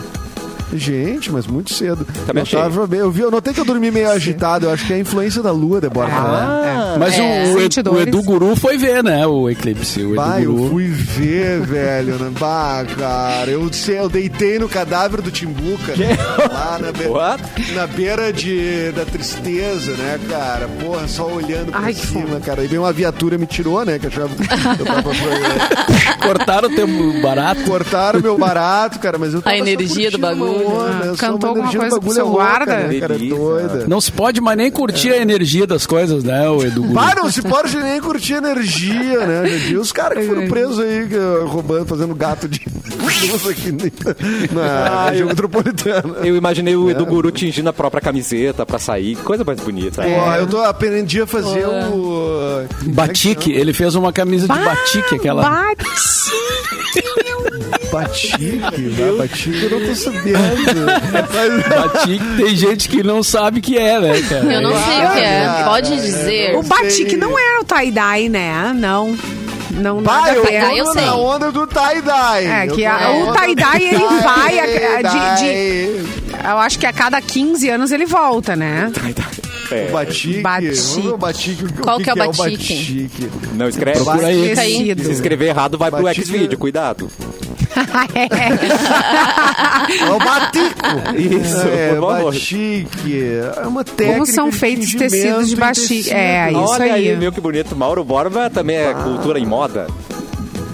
Gente, mas muito cedo.
Também
eu, tava bem- eu vi, eu notei que eu dormi meio agitado. Eu acho que é a influência da lua, Débora.
Ah,
né?
é.
Mas o-
É,
o,
sente
Ed- o,
dores.
Edu Guru foi ver, né? O eclipse. O Edu
Bah, eu
Guru.
fui ver, velho. Né? Bah, cara, eu, sei- eu deitei no cadáver do Timbuca. né? Lá na, be-
What?
na beira de, da tristeza, né, cara? Porra, só olhando pra
Ai, que
cima, cara. E veio uma viatura e me tirou, né? Que eu achava que eu tava
Cortaram o tempo barato.
Cortaram meu barato, cara, mas eu tava
A energia
só curtindo
do bagulho.
uma onda,
Ah,
só
cantou
uma
alguma
energia do
coisa pro
bagulho
seu
é louca,
guarda?
né, cara, é
Delícia.
doida.
Não se pode mais nem curtir a energia das coisas, né, o Edu Guru?
Bah, não se pode nem curtir energia, né? hoje em dia? Os caras que
É.
foram presos aí, que, uh, roubando, fazendo gato de luz aqui na, na região metropolitana.
Eu imaginei o Edu Guru tingindo a própria camiseta pra sair. Que coisa mais bonita.
Pô, eu tô aprendi a fazer o.
Batique, ele fez uma camisa de batique, aquela.
Batique, meu
Batique, né? Batique eu não tô sabendo.
Batique, tem gente que não sabe que é, né, cara?
Eu não sei o que é.
Cara,
Pode
eu
dizer.
O batique não é o tie-dye, né? Não. Não, nada
Bah, eu
a ver.
Tie-dye eu
ando
sei.
na onda do tie-dye.
É, que
Eu tô
a-
na
o
onda do
tie-dye, ele vai a- a- de-
tie-dye.
Eu acho que a cada 15 anos ele volta, né?
É,
Batique.
Batique.
Vamos ver o batique. O
Qual que é o
o
batique?
batique?
não escreve.
Procura
É
aí.
Esquecido.
Se escrever errado, vai pro
Batique-
X-Video, cuidado.
É o batico.
Isso,
é,
por favor.
batique. É uma técnica
Como são
de
feitos os tecidos de
tingimento em
batique?
tecido.
É, isso
Olha
aí.
aí, meu que bonito. Mauro Borba também é cultura em moda.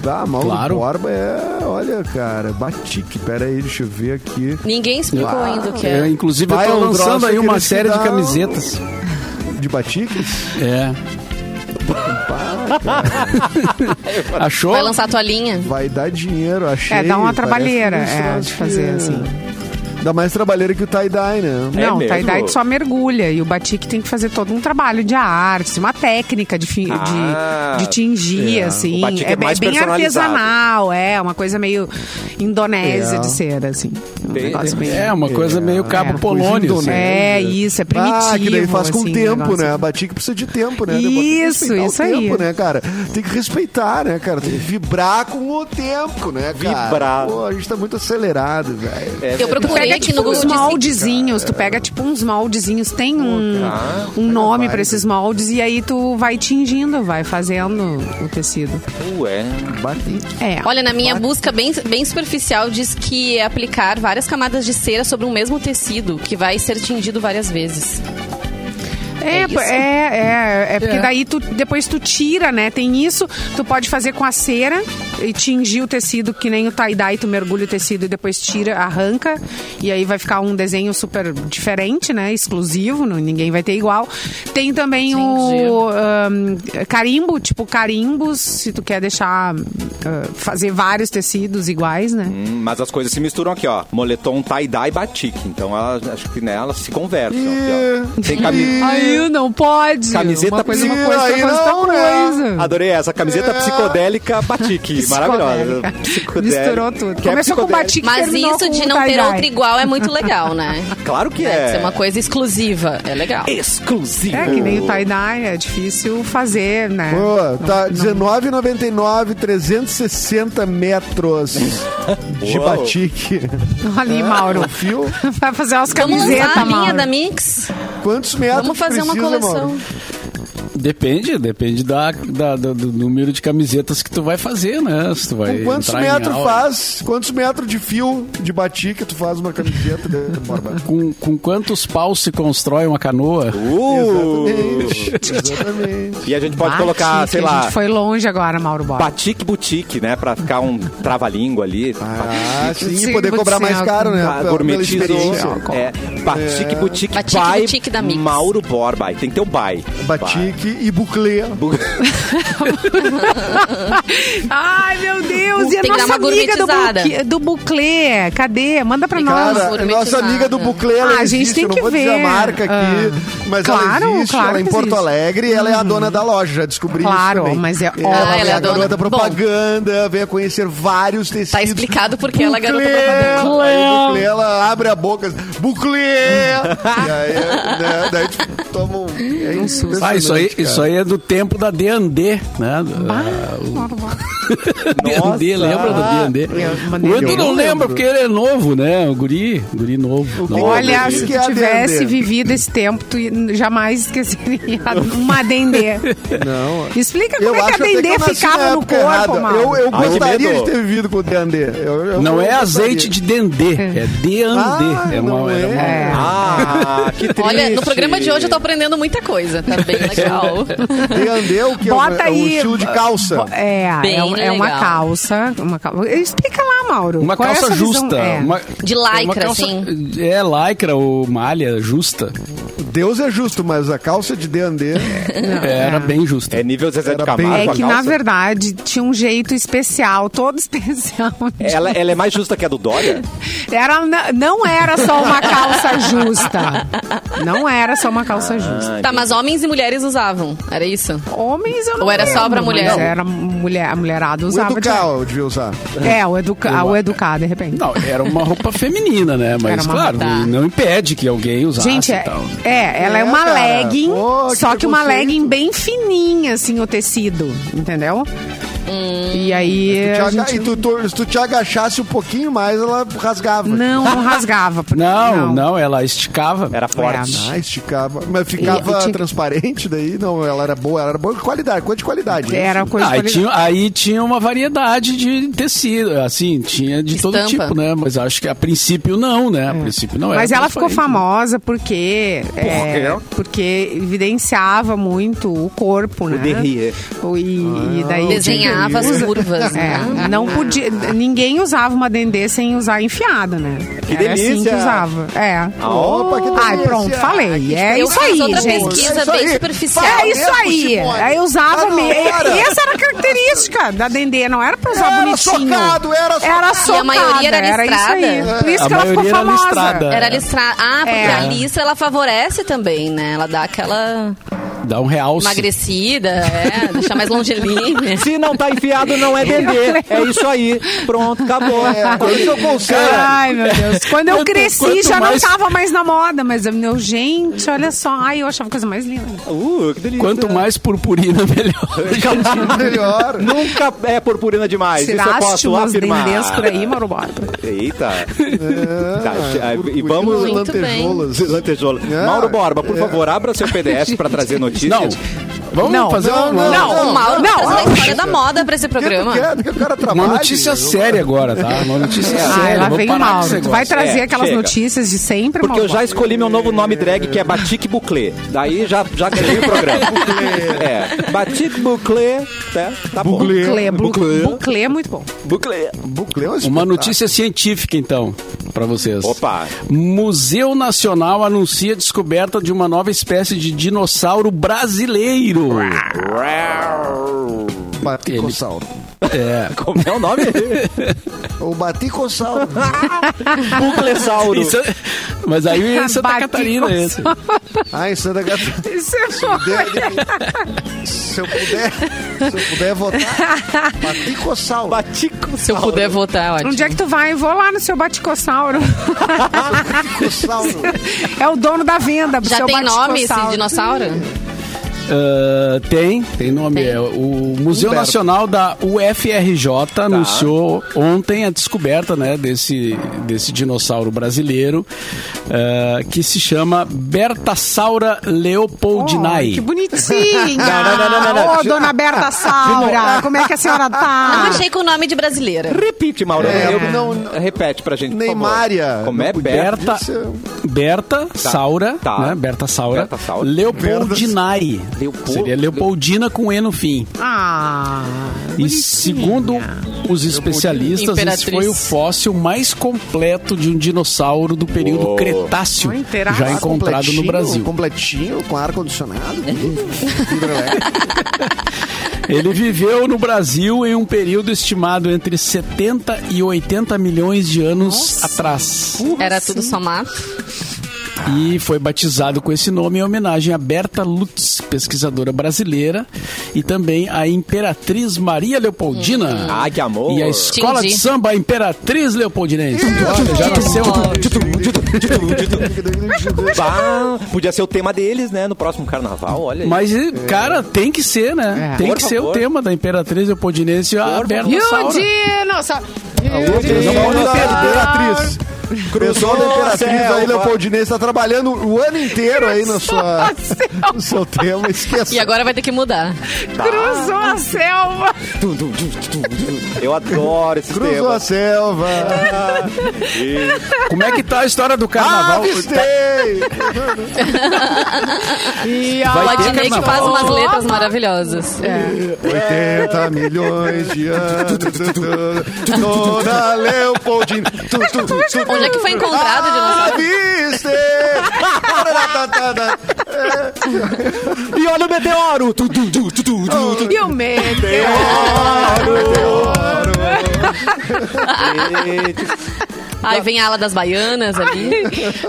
Ah, Mauro
Claro.
Borba é... Olha, cara, batique. Pera aí, deixa eu ver aqui.
Ninguém explicou ainda o que
É,
é.
inclusive,
Vai,
eu
é um
tô lançando
troço
aí
que
uma
eles te
série de
dão.
camisetas.
De batique?
É. Achou?
Vai lançar a toalhinha.
Vai dar dinheiro, achei.
É, dá uma
Parece
trabalheira,
uns
é,
troços
de fazer,
que-
assim.
Dá mais trabalheira que o tie-dye, né?
Não, o
É mesmo?
tie-dye tu só mergulha. E o batique tem que fazer todo um trabalho de arte, assim, uma técnica de, fi-
Ah,
de, de tingir, assim.
O batique é
be-
mais
bem
personalizado.
artesanal, é. Uma coisa meio indonésia
É.
de ser, assim. Um
Tem- né?
negócio bem...
É, uma coisa meio
É,
cabo
coisa
polônio. assim.
indonésia.
É, isso, é primitivo.
Ah, que daí faz com
assim,
tempo,
negócio.
né? A batique precisa de tempo, né? Tem que
Isso,
respeitar o
isso aí.
tempo, né, cara? Tem que respeitar, né, cara? Tem que vibrar com o tempo, né, cara?
Vibrar.
Pô, a gente tá muito acelerado, velho.
É,
Eu
Tu
procurei
pega
aqui
tipo
no
uns
Google. disse-
moldezinhos, tu pega tipo uns moldezinhos, tem um,
cara,
um
pega
nome
Ah,
vai.
pra esses moldes e aí tu vai tingindo, vai fazendo o tecido.
Ué.
Batique.
É.
Olha, na minha busca bem, bem superficial, diz que é aplicar várias camadas de cera sobre um mesmo tecido, que vai ser tingido várias vezes.
É,
isso?
é, é, é porque
É.
daí tu depois tu tira, né? Tem isso, tu pode fazer com a cera e tingir o tecido que nem o tie-dye, tu mergulha o tecido e depois tira, arranca e aí vai ficar um desenho super diferente, né? Exclusivo, não- ninguém vai ter igual. Tem também o ahn, carimbo, tipo carimbos, se tu quer deixar ah, fazer vários tecidos iguais, né?
Hum, Mas as coisas se misturam aqui, ó. Moletom, tie-dye e batique. Então, elas- acho que nela se conversam. aqui, ó. Tem cami...
Aí não pode.
Camiseta
uma coisa, uma
precisa,
coisa, outra
aí
coisa,
não,
outra
né?
coisa. É.
Adorei essa camiseta psicodélica batique. Maravilhosa.
Psicodélica.
Psicodélica.
Misturou tudo.
Que é
Começou com
psicodélica.
batique
Mas
terminou
isso
com
de
o
não ter
tie-dye.
outro igual é muito legal, né?
Claro que
Deve
é.
ser uma coisa exclusiva. É legal.
Exclusivo.
É, que nem o tie-dye, é difícil fazer, né?
Pô, tá 19,99, 360 metros de
Uou.
batique.
Ali, Mauro.
O fio,
Vai fazer
Vamos
umas camisetas,
lançar a linha
Mauro.
da Mix?
quantos metros
Vamos fazer uma
precisa, Mauro?
coleção. Tá
assim. Depende, depende da, da- da- do número de camisetas que tu vai fazer, né? Se tu vai
Com quantos
entrar em
metros
aula.
faz? Quantos metros de fio de batique tu faz uma camiseta de Borba?
Com, com quantos paus se constrói uma canoa? Ah,
Uh!
Exatamente. Exatamente.
E a gente pode
Batique,
colocar, sei
Ah, A
lá,
gente foi longe agora, Mauro Borba.
batique boutique, né? Pra ficar um trava-língua ali.
Ah, sim,
Sim,
e poder
pode
cobrar
ser
mais
algo
caro, né?
Ah,
Pela-
gourmetizou.
pela experiência.
É, batique boutique
Batique
by
boutique da Mix.
Mauro Borba. Tem que ter o by.
Batique e buclê.
Ai, meu Deus! E a
Tem que dar
nossa
uma
amiga do,
gourmetizada.
buque- do Buclé? Cadê? Manda pra nós.
Cara, a
gourmetizada.
nossa amiga do buclê, ela
Ah, a gente
existe,
tem
eu não
que
vou dizer a
ver.
marca aqui,
Ah.
mas
Claro,
ela existe,
claro
ela é em
que
Porto
existe.
Alegre e ela é a dona da loja, já descobri
Claro,
isso também.
mas é óbvio.
Ela,
Ah,
é a garota
dona-
propaganda, vem a conhecer vários tecidos. um
Tá explicado porque ela é garota
Buclé.
propaganda.
Aí o Buclé, ela abre a boca, bucle! e aí, né, daí tipo, toma um. É impressionante,
Ah, isso aí,
cara.
isso aí é do tempo da D&D, né? Ah, o- D&D, lembra do D&D?
mandei
O Edu
bem.
não
Eu
lembra,
lembro.
porque ele é novo, né? O guri, guri novo. Não,
Olha,
Olha,
se
que
tu
é
tivesse
adender.
vivido esse tempo, tu jamais esqueceria uma dendê.
Não.
Explica
Eu
como é
acho
que a
até
dendê
eu nasci na
ficava no
época
corpo,
errada.
Mauro.
Eu, eu
Ah, que
gostaria
medo.
de ter vivido com o Dendê. Eu- eu-
não é
eu gostaria.
azeite de dendê, é D&D.
Ah,
é
não
uma, era
é.
uma-
É.
Ah, que triste.
Olha, no programa de hoje eu tô aprendendo muita coisa. Tá bem legal.
Dendê, o que é
Bota
um- é, um
aí-
estilo de calça.
É,
Bem
é, um- é uma
legal.
calça, uma calça. Explica lá, Mauro.
Uma
qual é
calça
essa visão?
justa.
É.
uma-
De lycra, assim.
É, lycra ou malha justa.
Deus é justo, mas a calça de Dendê.
Ah.
Era bem justa.
É nível Zezé de
Era
Camargo.
bem-
É
a
que,
calça.
na verdade, tinha um jeito especial, todo especial.
Ela, ela é mais justa que a do Dória?
Era, n- não era só uma calça justa. Não era só uma calça justa.
Tá, mas homens e mulheres usavam. Era isso?
Homens eu não
Ou era só
lembro,
pra mulher?
mas Era mulher, a mulherada
O né?
usava.
Educal eu devia usar.
de- É, o, educa, o educar, de repente.
Não, era uma roupa feminina, né?
Era
Mas,
uma
claro,
roupa-
não impede que alguém usasse
Gente,
e
é,
tal. né?
é, ela é,
É,
uma
cara.
legging,
Pô, que
só que uma
preconceito.
legging bem fininha, assim, o tecido, entendeu?
Hum.
E aí.
Te
É, a
aga-
gente-
E tu, tu- se tu te agachasse um pouquinho mais, ela rasgava.
Não, não rasgava. porque-
Não, não, ela esticava.
Era
é?
forte.
Ah, esticava. Mas ficava
E- e tinha-
transparente daí? Não, ela era boa, ela era boa. Qualidade, coisa de qualidade. né?
Era
Isso.
coisa
Ah, aí,
de
tinha, aí tinha uma variedade de tecido, assim, tinha de todo
Estampa.
tipo, né? Mas acho que a princípio não, né? A princípio não era.
É. Mas ela ficou
transparente.
famosa porque é, porque evidenciava muito o corpo, né?
derrier.
O- e, e daí
Desenhava as curvas. né?
É, não podia, ninguém usava uma dendê sem usar enfiada, né?
Que
Era assim que
delícia!
usava. É.
Opa, que
Ai,
delícia!
pronto, falei. É
Eu
isso
fiz
aí,
outra
gente.
pesquisa.
É isso
bem
aí.
superficial.
É isso
Fala
aí.
mesmo, Simone.
Aí usava
Ah, não,
mesmo.
para.
E essa era a característica da dendê, não era pra usar
Era
bonitinho.
socado, era
Era
socado.
E a maioria
socada,
era
isso aí.
listrada.
Por isso
A
que ela ficou
maioria era
famosa.
listrada.
Era listra... Ah, porque
É.
a listra ela favorece também, né? Ela dá aquela
Dá um real.
emagrecida, é, deixa mais longilínea.
Se não tá enfiado, não é bebê. É isso aí. Pronto, acabou. Esse é o conselho.
Ai, meu Deus. Quando eu
Quanto-
cresci,
quanto
já
mais-
não tava mais na moda, mas eu, meu, gente, olha só. Ai, eu achava a coisa mais linda.
Uh, que delícia.
Quanto mais purpurina, melhor.
Melhor.
Nunca é purpurina demais. isso eu
Tiraste
posso
umas
afirmar.
dendês por aí, Mauro Bota.
Eita. Tá,
Ah, é,
e
Muito
vamos...
lantejoulas.
Lantejola.
É.
Mauro Borba, por favor, abra seu PDF para trazer notícias.
Não. Vamos
Não,
fazer
não,
uma,
não.
O Mauro
Não,
não, traz uma
não.
história da moda pra esse
O que tu
programa.
quer? Que é? o cara
uma
trabalhe.
notícia séria agora, tá? Uma notícia séria.
Ah, lá
Vamos
vem o
parar com
Mauro.
esse
Tu vai
negócio.
trazer
É,
aquelas
chega.
notícias de sempre,
Porque eu
Mauro
já
Borba?
escolhi meu novo nome drag, que é Batik Bouclé. Daí já, já ganhei o programa. é. Batik Bouclé, tá, tá bom.
Buclê, bu-
Buclê.
Buclê é muito bom.
Bouclé.
Bucleu, esse
Uma
é um espetáculo.
notícia científica, então, para vocês.
Opa.
Museu Nacional anuncia a descoberta de uma nova espécie de dinossauro brasileiro.
Baticossauro.
É.
Como é o nome?
O Baticossauro.
Buclessauro.
Isso- mas aí é em Santa
Bate
Catarina.
com-
Esse.
Ai, Santa Catarina.
Isso é bom.
Se eu puder, se eu puder votar, Baticossauro.
Batico.
Se eu puder votar, ótimo.
Onde é que tu vai? Eu Vou lá no seu baticossauro.
Baticossauro.
É o dono da venda. pro
Já
seu
tem nome esse
baticossauro.
dinossauro?
Ah, tem, tem nome. É, O Museu
Humberto.
Nacional da UFRJ
Tá.
anunciou ontem a descoberta né, desse, desse dinossauro brasileiro ah, que se chama Bertasaura
Ai, que
leopoldinae.
bonitinha!
Não, não, não, não, não, não.
Ô, dona Berta Saura, como é que a senhora
Não
tá?
achei com o nome de brasileira.
Repite, Mauro.
É,
Eu-
não-
repete pra gente, por favor.
Neymaria.
Como é
Não podia.
Berta?
Berta,
Disse-
Berta Saura,
Tá.
né? Berta Saura,
Berta Saura.
Leopoldinae.
Leopold-
Seria Leopoldina com E no fim.
Ah,
E segundo os especialistas, esse
Imperatriz.
foi o fóssil mais completo de um dinossauro do período
Uou.
Cretáceo,
Ai, terá-
já encontrado tá no
um Completinho,
Brasil. Uhum.
Completinho, com ar-condicionado. hidrelétrico.
Ele viveu no Brasil em um período estimado entre 70 e 80 milhões de anos atrás.
Era tudo só mato.
E foi batizado com esse nome em homenagem a Berta Lutz, pesquisadora brasileira, e também a Imperatriz Maria Leopoldina.
Ah, que amor.
E a escola
Entendi.
tá
de samba Imperatriz Leopoldinense.
Olha,
Já nasceu.
Bah, podia ser o tema deles, né? No próximo carnaval, olha aí.
Mas, cara, tem que ser, né?
É.
Tem
É. Por
que ser o
favor.
tema da Imperatriz Eupodinense a
E o
Bernossauro.
dinossauro.
Alô, pessoal da Imperatriz. Pessoal da Imperatriz
Cruzou,
aí,
selva.
Leopoldinense, está trabalhando o ano inteiro aí na sua, no seu tema. Esqueça.
E agora vai ter que mudar.
Cruzou a selva.
Eu adoro esse
Cruzou
tema.
a selva.
Como é que tá a história
Ah,
do carnaval?
Avistei.
E a
O
Vai ter
Adnei que
carnaval.
faz umas letras
tá.
maravilhosas.
É.
80 milhões de anos. tu, tu, tu, Dona Leopoldina. Tu, tu, tu, tu,
Onde é que foi encontrado o dinossauro?
Avistei. Taratata.
E olha o Ah, meteoro! Tu, tu, tu, tu, tu, tu.
E o meteoro.
Aí vem a ala das baianas ali.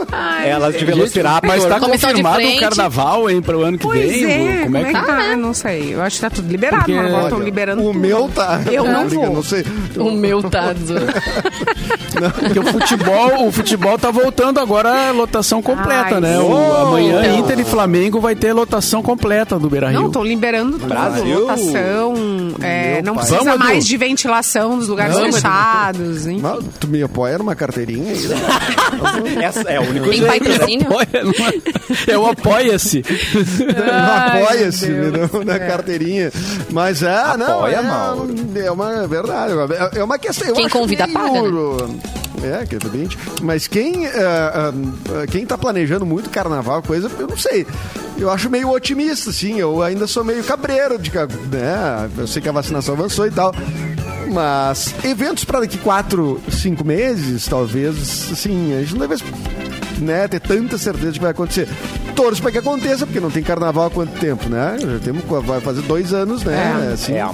Ah. Ai,
Elas de
Gente,
Velociraptor.
mas tá
Começou de
confirmado o
frente.
carnaval, hein, pro ano que
Pois
vem?
é,
Como é que tá?
tá? Não sei. Eu acho que tá tudo liberado,
Porque,
mano. Agora estão
Olha,
liberando
O
tudo.
meu tá.
Eu não
Liga,
vou.
Não sei.
O meu tá tazo.
Porque o futebol, o futebol tá voltando agora a lotação completa,
Ai,
né?
sim.
O, amanhã
Então.
Inter e Flamengo vai ter lotação completa do Beira
Não,
Rio.
estão liberando tudo.
Brasil.
Lotação, é, não
pai.
precisa
Vamos, Edu.
mais de ventilação dos lugares
Vamos, Edu.
fechados. hein?
Mas tu me apoia numa carteirinha? aí, né?
Essa é o único
Tem
jeito.
patrocínio?
Apoia, não é? Eu apoia-se.
Ai,
Não apoia-se
meu
né, não, na carteirinha. Mas é, não.
Apoia,
É,
Mauro.
é uma é verdade. É uma questão. eu
Quem
acho que
convida,
nem
paga, né?
o- É, que é evidente. Mas quem, ah, ah, quem tá planejando muito carnaval, coisa, eu não sei. Eu acho meio otimista, sim. Eu ainda sou meio cabreiro de ca- né? Eu sei que a vacinação avançou e tal. Mas eventos para daqui quatro, cinco meses, talvez, sim, a gente não deve né, ter tanta certeza de que vai acontecer. Torço para que aconteça, porque não tem carnaval há quanto tempo, né? Já temos, vai fazer dois anos, né? assim,
É.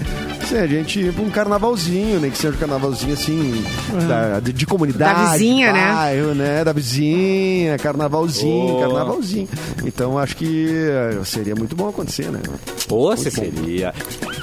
Sim, a gente ir pra um carnavalzinho, né? Que seja um carnavalzinho assim, da- de, de comunidade.
Da vizinha,
de
né?
bairro, né? Da vizinha, carnavalzinho,
Boa.
carnavalzinho. Então acho que eh, seria muito bom acontecer, né?
Pô, se seria.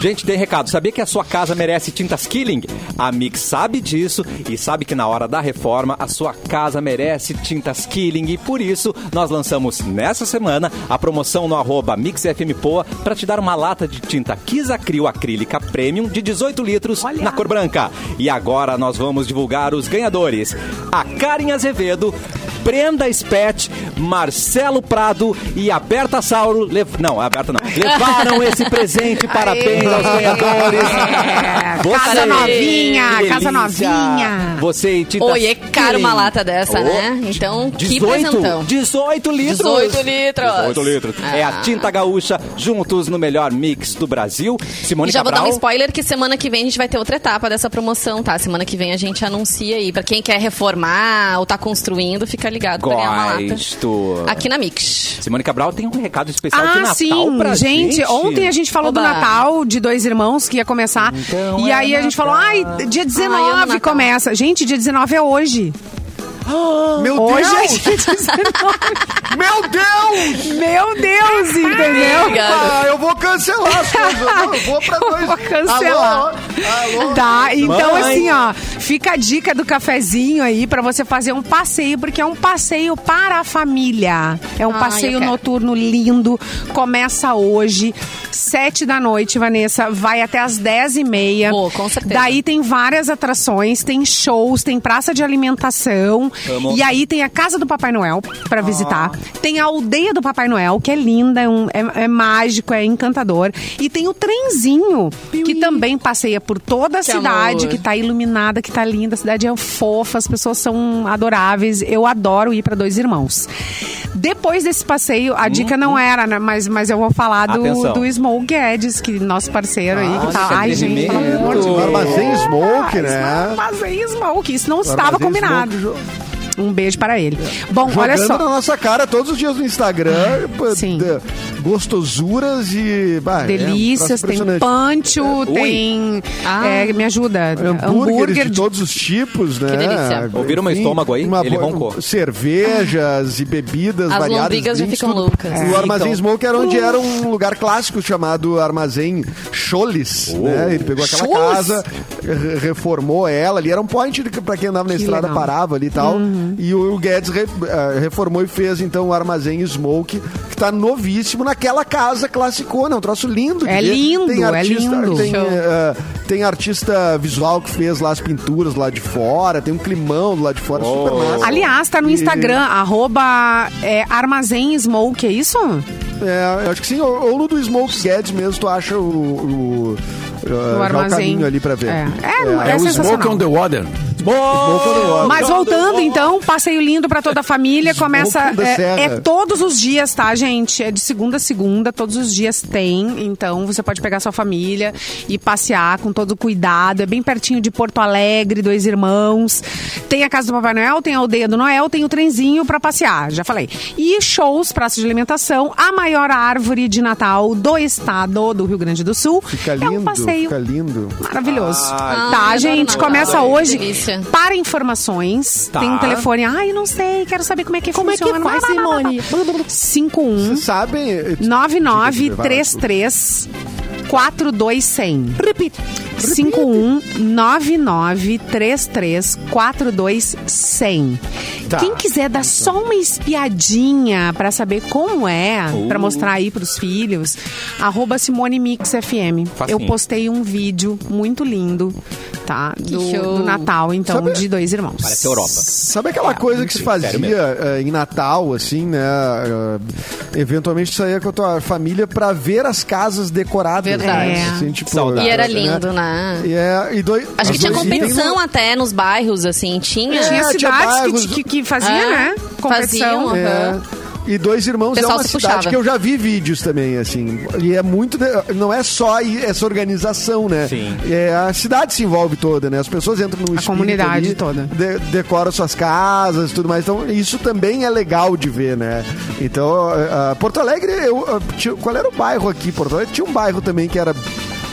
Gente, tem recado. Sabia que a sua casa merece tintas Killing? A Mix sabe disso e sabe que na hora da reforma a sua casa merece tintas Killing e por isso nós lançamos nessa semana a promoção no arroba Mix FM Poa para te dar uma lata de tinta Kisacril acrílica premium de 18 litros na cor branca. E agora nós vamos divulgar os ganhadores. A Karen Azevedo Brenda Spet, Marcelo Prado e a Berta Sauro. lev- Não, a Berta não. Levaram esse presente. Parabéns aos ganhadores.
É, casa novinha,
que delícia.
casa novinha.
Você e Tita
Oi, é caro uma
Killing.
lata dessa,
tá Ô,
né? Então, que
18,
presentão.
18 litros.
18 litros. Ah.
18 litros. É a Tinta Gaúcha, juntos no melhor mix do Brasil. Simone
E já vou dar
Cabral.
um spoiler que semana que vem a gente vai ter outra etapa dessa promoção, tá? Semana que vem a gente anuncia aí. Pra quem quer reformar ou tá construindo, fica ligado pra ganhar uma lata.
Gosto.
Aqui na Mix.
Simone Cabral tem um recado especial de
Ah,
Natal
sim,
pra
gente, Ontem a gente falou do
Oba.
Natal de dois irmãos que ia começar.
Então
e
é
aí a gente falou,
Natal.
ai, dia 19
Natal.
começa. Gente, dia 19 é hoje.
Meu
Hoje é
Deus!
dia 19.
Meu Deus!
Meu Deus, entendeu?
Ah, eu vou cancelar as coisas. Eu não vou pra dois.
vou cancelar.
Alô? Alô?
Tá, então
Mãe.
assim, ó, fica a dica do cafezinho aí pra você fazer um passeio, porque é um passeio para a família. É um
Ai, eu
passeio
quero.
noturno lindo, começa hoje, sete da noite, Vanessa, vai até às dez e meia.
Vou, com certeza.
Daí tem várias atrações, tem shows, tem praça de alimentação,
Amo. Ah.
e aí tem a Casa do Papai Noel pra visitar, tem a Aldeia do Papai Noel, que é linda, é, um- é- é mágico, é encantador, e tem o trenzinho, que também passeia por toda a
Que
cidade,
amor.
que tá iluminada, que tá linda, a cidade é fofa, as pessoas são adoráveis. Eu adoro ir para dois irmãos. Depois desse passeio, a dica não era, né? Mas, mas eu vou falar do,
Uhum. Atenção.
do Small Guedes, que nosso parceiro aí, que tá.
Nossa,
Ai, gente, pelo amor de
tremendo.
Deus.
Armazém
Ah,
Smoke, né?
Armazém é Smoke, isso não estava
Armazém
combinado.
Smoke, jo-
Um beijo para ele. Bom, olha
Jogando é,
só.
na nossa cara todos os dias no Instagram. p-
Sim.
d- Gostosuras e. bah, é um troço
Delícias, tem
impressionante.
pancho,
Ui.
tem.
Ah.
é, me ajuda.
Hambúrgueres
Hambúrguer
de
de
todos os tipos, né?
delícia.
Ouviram meu
Enfim,
estômago aí? Ele
bo-
roncou.
Cervejas e bebidas
As
variadas.
lombrigas já
drinks,
ficam
tudo.
loucas.
O
É,
Armazém
então.
Smoke era onde era um lugar clássico chamado Armazém Choles,
Oh.
né? Ele pegou aquela
Choles?
casa, re- reformou ela ali. Era um point de- pra quem andava na estrada,
legal.
parava ali e tal. E o Guedes re- ah, reformou e fez, então, o Armazém Smoke, que tá novíssimo naquela casa classicona. É um troço lindo. de
É
ver.
lindo,
tem
é
artista,
lindo.
Tem,
Show.
ah, tem artista visual que fez lá as pinturas lá de fora. Tem um climão lá de fora. Super
Oh.
massa.
Aliás, tá no
E-
Instagram, arroba é, Armazém Smoke, é isso?
É, eu acho que sim. Ou, ou no do Smoke Guedes mesmo, tu acha o... o ah, já o
armazém.
caminho ali pra ver. um
É. É, não-
É,
É
o Smoke
sensacional.
on the Water.
Mas voltando então, passeio lindo pra toda a família. Começa.
da Serra.
É, é todos os dias, tá, gente? É de segunda a segunda, todos os dias tem. Então você pode pegar sua família e passear com todo cuidado. É bem pertinho de Porto Alegre, dois irmãos. Tem a casa do Papai Noel, tem a aldeia do Noel, tem o trenzinho pra passear, já falei. E shows, praça de alimentação, a maior árvore de Natal do estado do Rio Grande do Sul.
Fica
é um
lindo,
passeio
fica lindo.
Maravilhoso.
Ah,
tá,
adoro
gente,
Natal.
começa
Ai, que
hoje.
delícia.
Para informações,
Tá.
tem um telefone. Ai, não sei, quero saber como é que
Como é que
funciona.
faz, Simone?
51
Vocês sabem... eh,
9933 42100.
Repita.
51993342100.
Tá.
Quem quiser dar só uma espiadinha pra saber como é, pra mostrar aí pros filhos, arroba Simone Mix FM.
Facinho.
Eu postei um vídeo muito lindo, tá? Do,
show.
do Natal, então,
Sabe-
de dois irmãos.
Parece Europa.
Sabe aquela coisa que se
Ah, sério
fazia eh, em Natal, assim, né? Eh, eventualmente saía com a tua família pra ver as casas decoradas.
Verdade.
né?
É.
Assim, tipo,
Saudade.
E era
né?
lindo, né?
E, é, e dois,
Acho que
as
tinha
dois
competição
dias-
até nos bairros, assim, tinha.
Tinha
É, tinha
cidades
bairros-
que, que, que fazia,
É,
né? Competição.
faziam.
É. E dois irmãos é
pessoal
uma
se
cidade
puxava.
que eu já vi vídeos também, assim. E é muito. de- Não é só aí essa organização, né?
Sim.
É, a cidade se envolve toda, né? As pessoas entram no A
comunidade toda.
decoram suas casas e tudo mais. Então, isso também é legal de ver, né? Então, eh, ah, Porto Alegre, eu, ah, tinha- qual era o bairro aqui? Porto Alegre tinha um bairro também que era.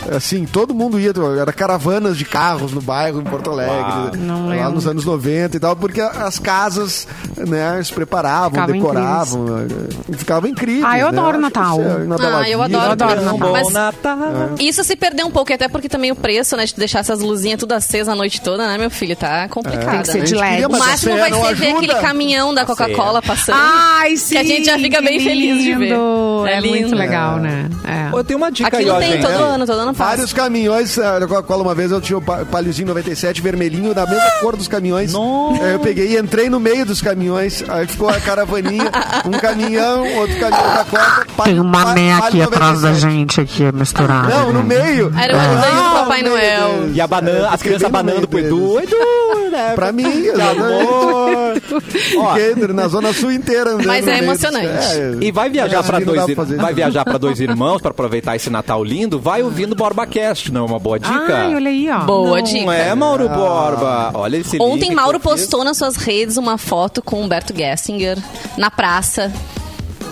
Assim, todo mundo ia, era caravanas de carros no bairro em Porto Alegre,
Não
lá
lembro.
nos anos 90 e tal, porque as casas, né, se preparavam
Ficava
decoravam, eh, ficava incrível.
Ah, eu
né?
adoro
Acho que
Natal.
isso é uma bela
Ah, eu
vida.
adoro,
adoro
também.
Natal.
Mas
Natal.
isso se perdeu um pouco, e até porque também o preço, né, de deixar essas luzinhas tudo acesa a noite toda, né, meu filho? Tá complicado.
É. Tem que ser
né?
de
gente
LED.
queria,
O
mas
máximo
a
vai ser
fé não
ver
ajuda.
aquele caminhão da Coca-Cola passando.
Ai, sim.
Que a gente já fica bem
que
feliz de ver.
lindo. É,
É
muito
lindo.
legal, né? É.
Eu tenho uma dica
Aquilo
aí, ó,
tem
gente.
todo ano, todo ano passa.
Vários caminhões, eh, da Coca-Cola uma vez eu tinha o pa- paliozinho 97 vermelhinho, da mesma cor dos caminhões.
Nossa.
Aí eu peguei e entrei no meio dos caminhões, aí ficou a caravaninha, um caminhão, outro caminhão da Coca. pa-
Tem uma
pa-
meia aqui
Palio
atrás da
97.
gente aqui misturada.
Não, no meio.
Era o
Ah,
anjo do
no
Papai
meio
Noel.
deles.
E a banana,
Eu
as
fiquei
crianças
bem no
banando
meio
pro Edu.
deles.
Edu, né?
Pra mim, exatamente.
Amor. Ó,
Fiquei na zona sul inteira. andando
Mas é
no meio dos-
emocionante.
é,
E vai viajar
é,
pra
não dá
dois,
pra
ir-
fazer.
vai viajar para dois irmãos pra aproveitar esse Natal lindo. Vai ouvindo BorbaCast, não é uma boa dica?
Ai, olha aí, ó.
Boa
Não
dica.
é, né? Mauro Borba? Olha esse link
Ontem
que
Mauro
eu fiz.
postou nas suas redes uma foto com Humberto Gessinger na praça.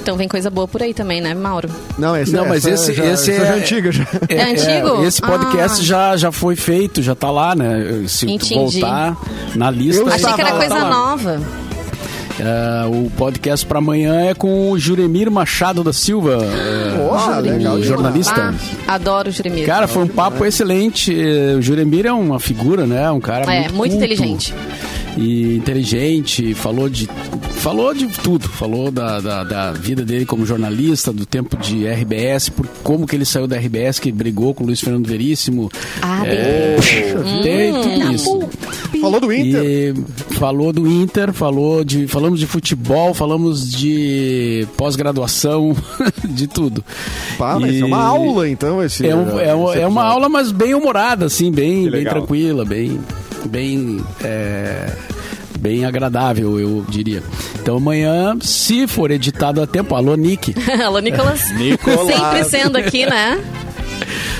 Então vem coisa boa por aí também, né, Mauro?
Não, esse,
Não, mas
essa
esse,
já-
esse
essa
é,
já antiga já.
É antigo?
esse podcast
Ah.
já, já foi feito, já tá lá, né? Se tu
Entendi.
voltar na lista.
Eu
aí
Achei que era
tá
coisa
lá.
nova.
É, o podcast para amanhã é com o Juremir Machado da Silva, é,
Porra, legal
o
demais.
jornalista.
Ah, adoro o Jeremias.
Cara, foi um papo excelente. É, O Juremir é uma figura, né? Um cara
É,
muito,
muito
culto
inteligente.
E inteligente, falou de falou de tudo, falou da, da, da vida dele como jornalista, do tempo de RBS, por como que ele saiu da RBS, que brigou com o Luiz Fernando Veríssimo.
Ah, Hum, tá
É, tem tudo isso.
Falou do Inter.
E falou do Inter, falou de, falamos de futebol, falamos de pós-graduação, de tudo.
Pá, mas
E-
é uma aula, então, esse.
É, um- é um-
esse
é
episódio.
uma aula, mas bem humorada, assim, bem, bem
legal.
tranquila, bem, bem, é, bem agradável, eu diria. Então amanhã, se for editado a tempo, alô Nick,
Alô, Nicolas.
Nicolas.
Sempre sendo aqui, né?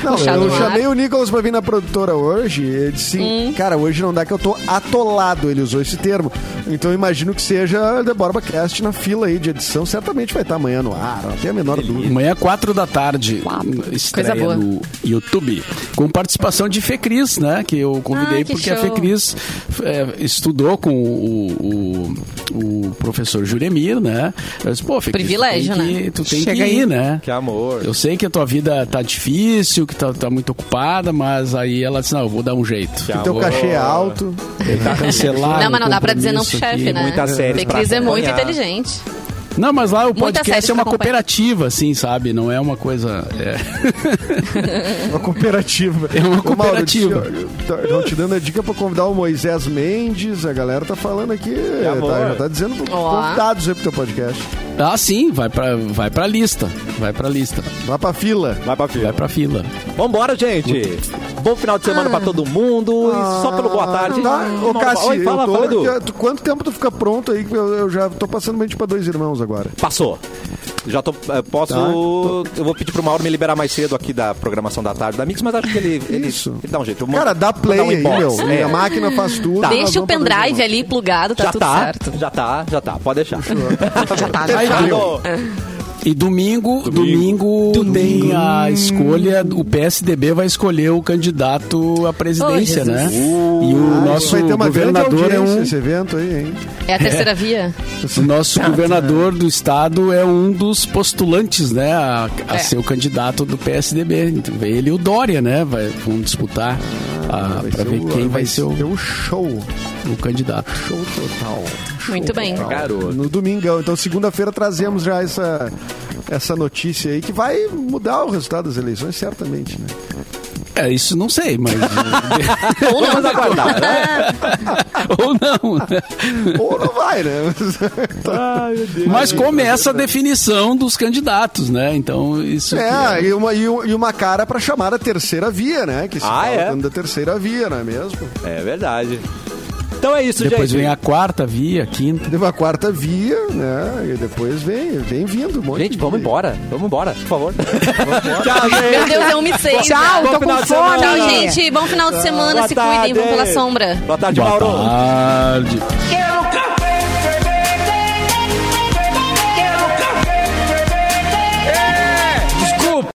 Não,
puxado
eu
no ar.
chamei o Nicolas pra vir na produtora hoje. e Ele disse,
Hum.
cara, hoje não dá que eu tô atolado. Ele usou esse termo. Então eu imagino que seja The Borba Cast na fila aí de edição. Certamente vai estar amanhã no ar, não tem a menor dúvida.
amanhã quatro da tarde, hum, estreia
Coisa boa.
no YouTube, com participação de Fecris, né, que eu convidei
Ah, que
porque a
show.
Fecris é, estudou com o, o, o professor Juremir, né? Eu disse, pô, Fê, Cris,
Privilégio,
tu tem que-
né?
Tu tem
Chega
que ir,
aí.
né?
Que amor.
Eu sei que a tua vida tá difícil, que tá, tá muito ocupada, mas aí ela disse, não, eu vou dar um jeito.
Tchau.
Tá
Teu
Amor.
cachê é alto.
cancelado.
não, mas não dá pra dizer não pro chefe, né?
muita série
Porque Cris
pra
é muito
acompanhar.
inteligente.
Não, mas lá o
Muita série
podcast é uma
pra acompanhar.
cooperativa, assim, sabe? Não é uma coisa... é.
Uma cooperativa.
É uma
Ô, Mauro, eu te-
cooperativa.
eu- tá- Estão te dando a dica pra convidar o Moisés Mendes. A galera tá falando aqui.
amor.
Tá, já tá dizendo pros
Ó.
convidados aí pro teu podcast.
Ah, sim, vai pra, vai pra lista. Vai pra lista.
Vai pra fila.
Vai pra fila.
Vai pra fila.
Vambora, gente. Bom final de semana pra todo mundo. E só pelo boa tarde.
Ah. Tá?
Não,
Ô, Cassi,
Oi, fala,
eu tô-
fala, Edu.
já- tu- quanto tempo tu fica pronto aí? que Eu, eu já tô passando mente pra dois irmãos agora.
Passou. Já tô. eh, Posso.
Tá, tô-
Eu vou pedir pro Mauro me liberar mais cedo aqui da programação da tarde da Mix, mas acho que ele. ele,
Isso.
ele dá um jeito. Eu
Cara,
mando-
dá
vou
play
dar um
aí,
inbox.
meu.
É.
A máquina faz tudo. nós
Deixa o
vamos pra dois
pendrive
irmãos.
ali plugado, tá
já
tudo
tá.
certo.
Já tá, já tá. Pode deixar.
Já tá,
Aí,
Alô.
E domingo, domingo, tem a escolha, o PSDB vai escolher o candidato à presidência,
Oh, Jesus.
né? E
Ah,
o
isso
nosso
vai ter uma grande
governador é
audiência
um
esse evento aí, hein?
É a terceira via?
o nosso governador do estado é um dos postulantes, né, a, a
É.
ser o candidato do PSDB. Então, vem Ele e o Dória, né, vai, vão disputar ah,
Vai
para
ser
ver
o-
quem vai ser o,
ter um show.
o candidato.
Show total.
Muito bem.
Garoto.
No domingão. Então, segunda-feira, trazemos já essa, essa notícia aí que vai mudar o resultado das eleições, certamente, né?
É, isso não sei, mas
Vamos aguardar. né?
ou não.
Ou não vai, né? Mas-
Mas começa a definição dos candidatos, né? Então, isso.
É, e uma, e um- e uma cara pra chamar a terceira via, né? Que se
Ah,
fala
é?
tanto da terceira via, não é mesmo?
É verdade. Então é isso,
Depois
gente.
vem a quarta via, a quinta.
Teve uma quarta via, né? E depois vem, vem vindo um monte
Gente,
de
vamos
via.
embora. Vamos embora, por favor. Tchau, gente.
Meu Deus, eu me sei.
Tchau,
Bom
tô
final
com
de semana.
fome.
Tchau, gente. Bom final de semana.
Boa
Se cuidem, vão pela
tarde.
sombra.
Boa tarde,
Boa
Mauro.
tarde.
Quero
É,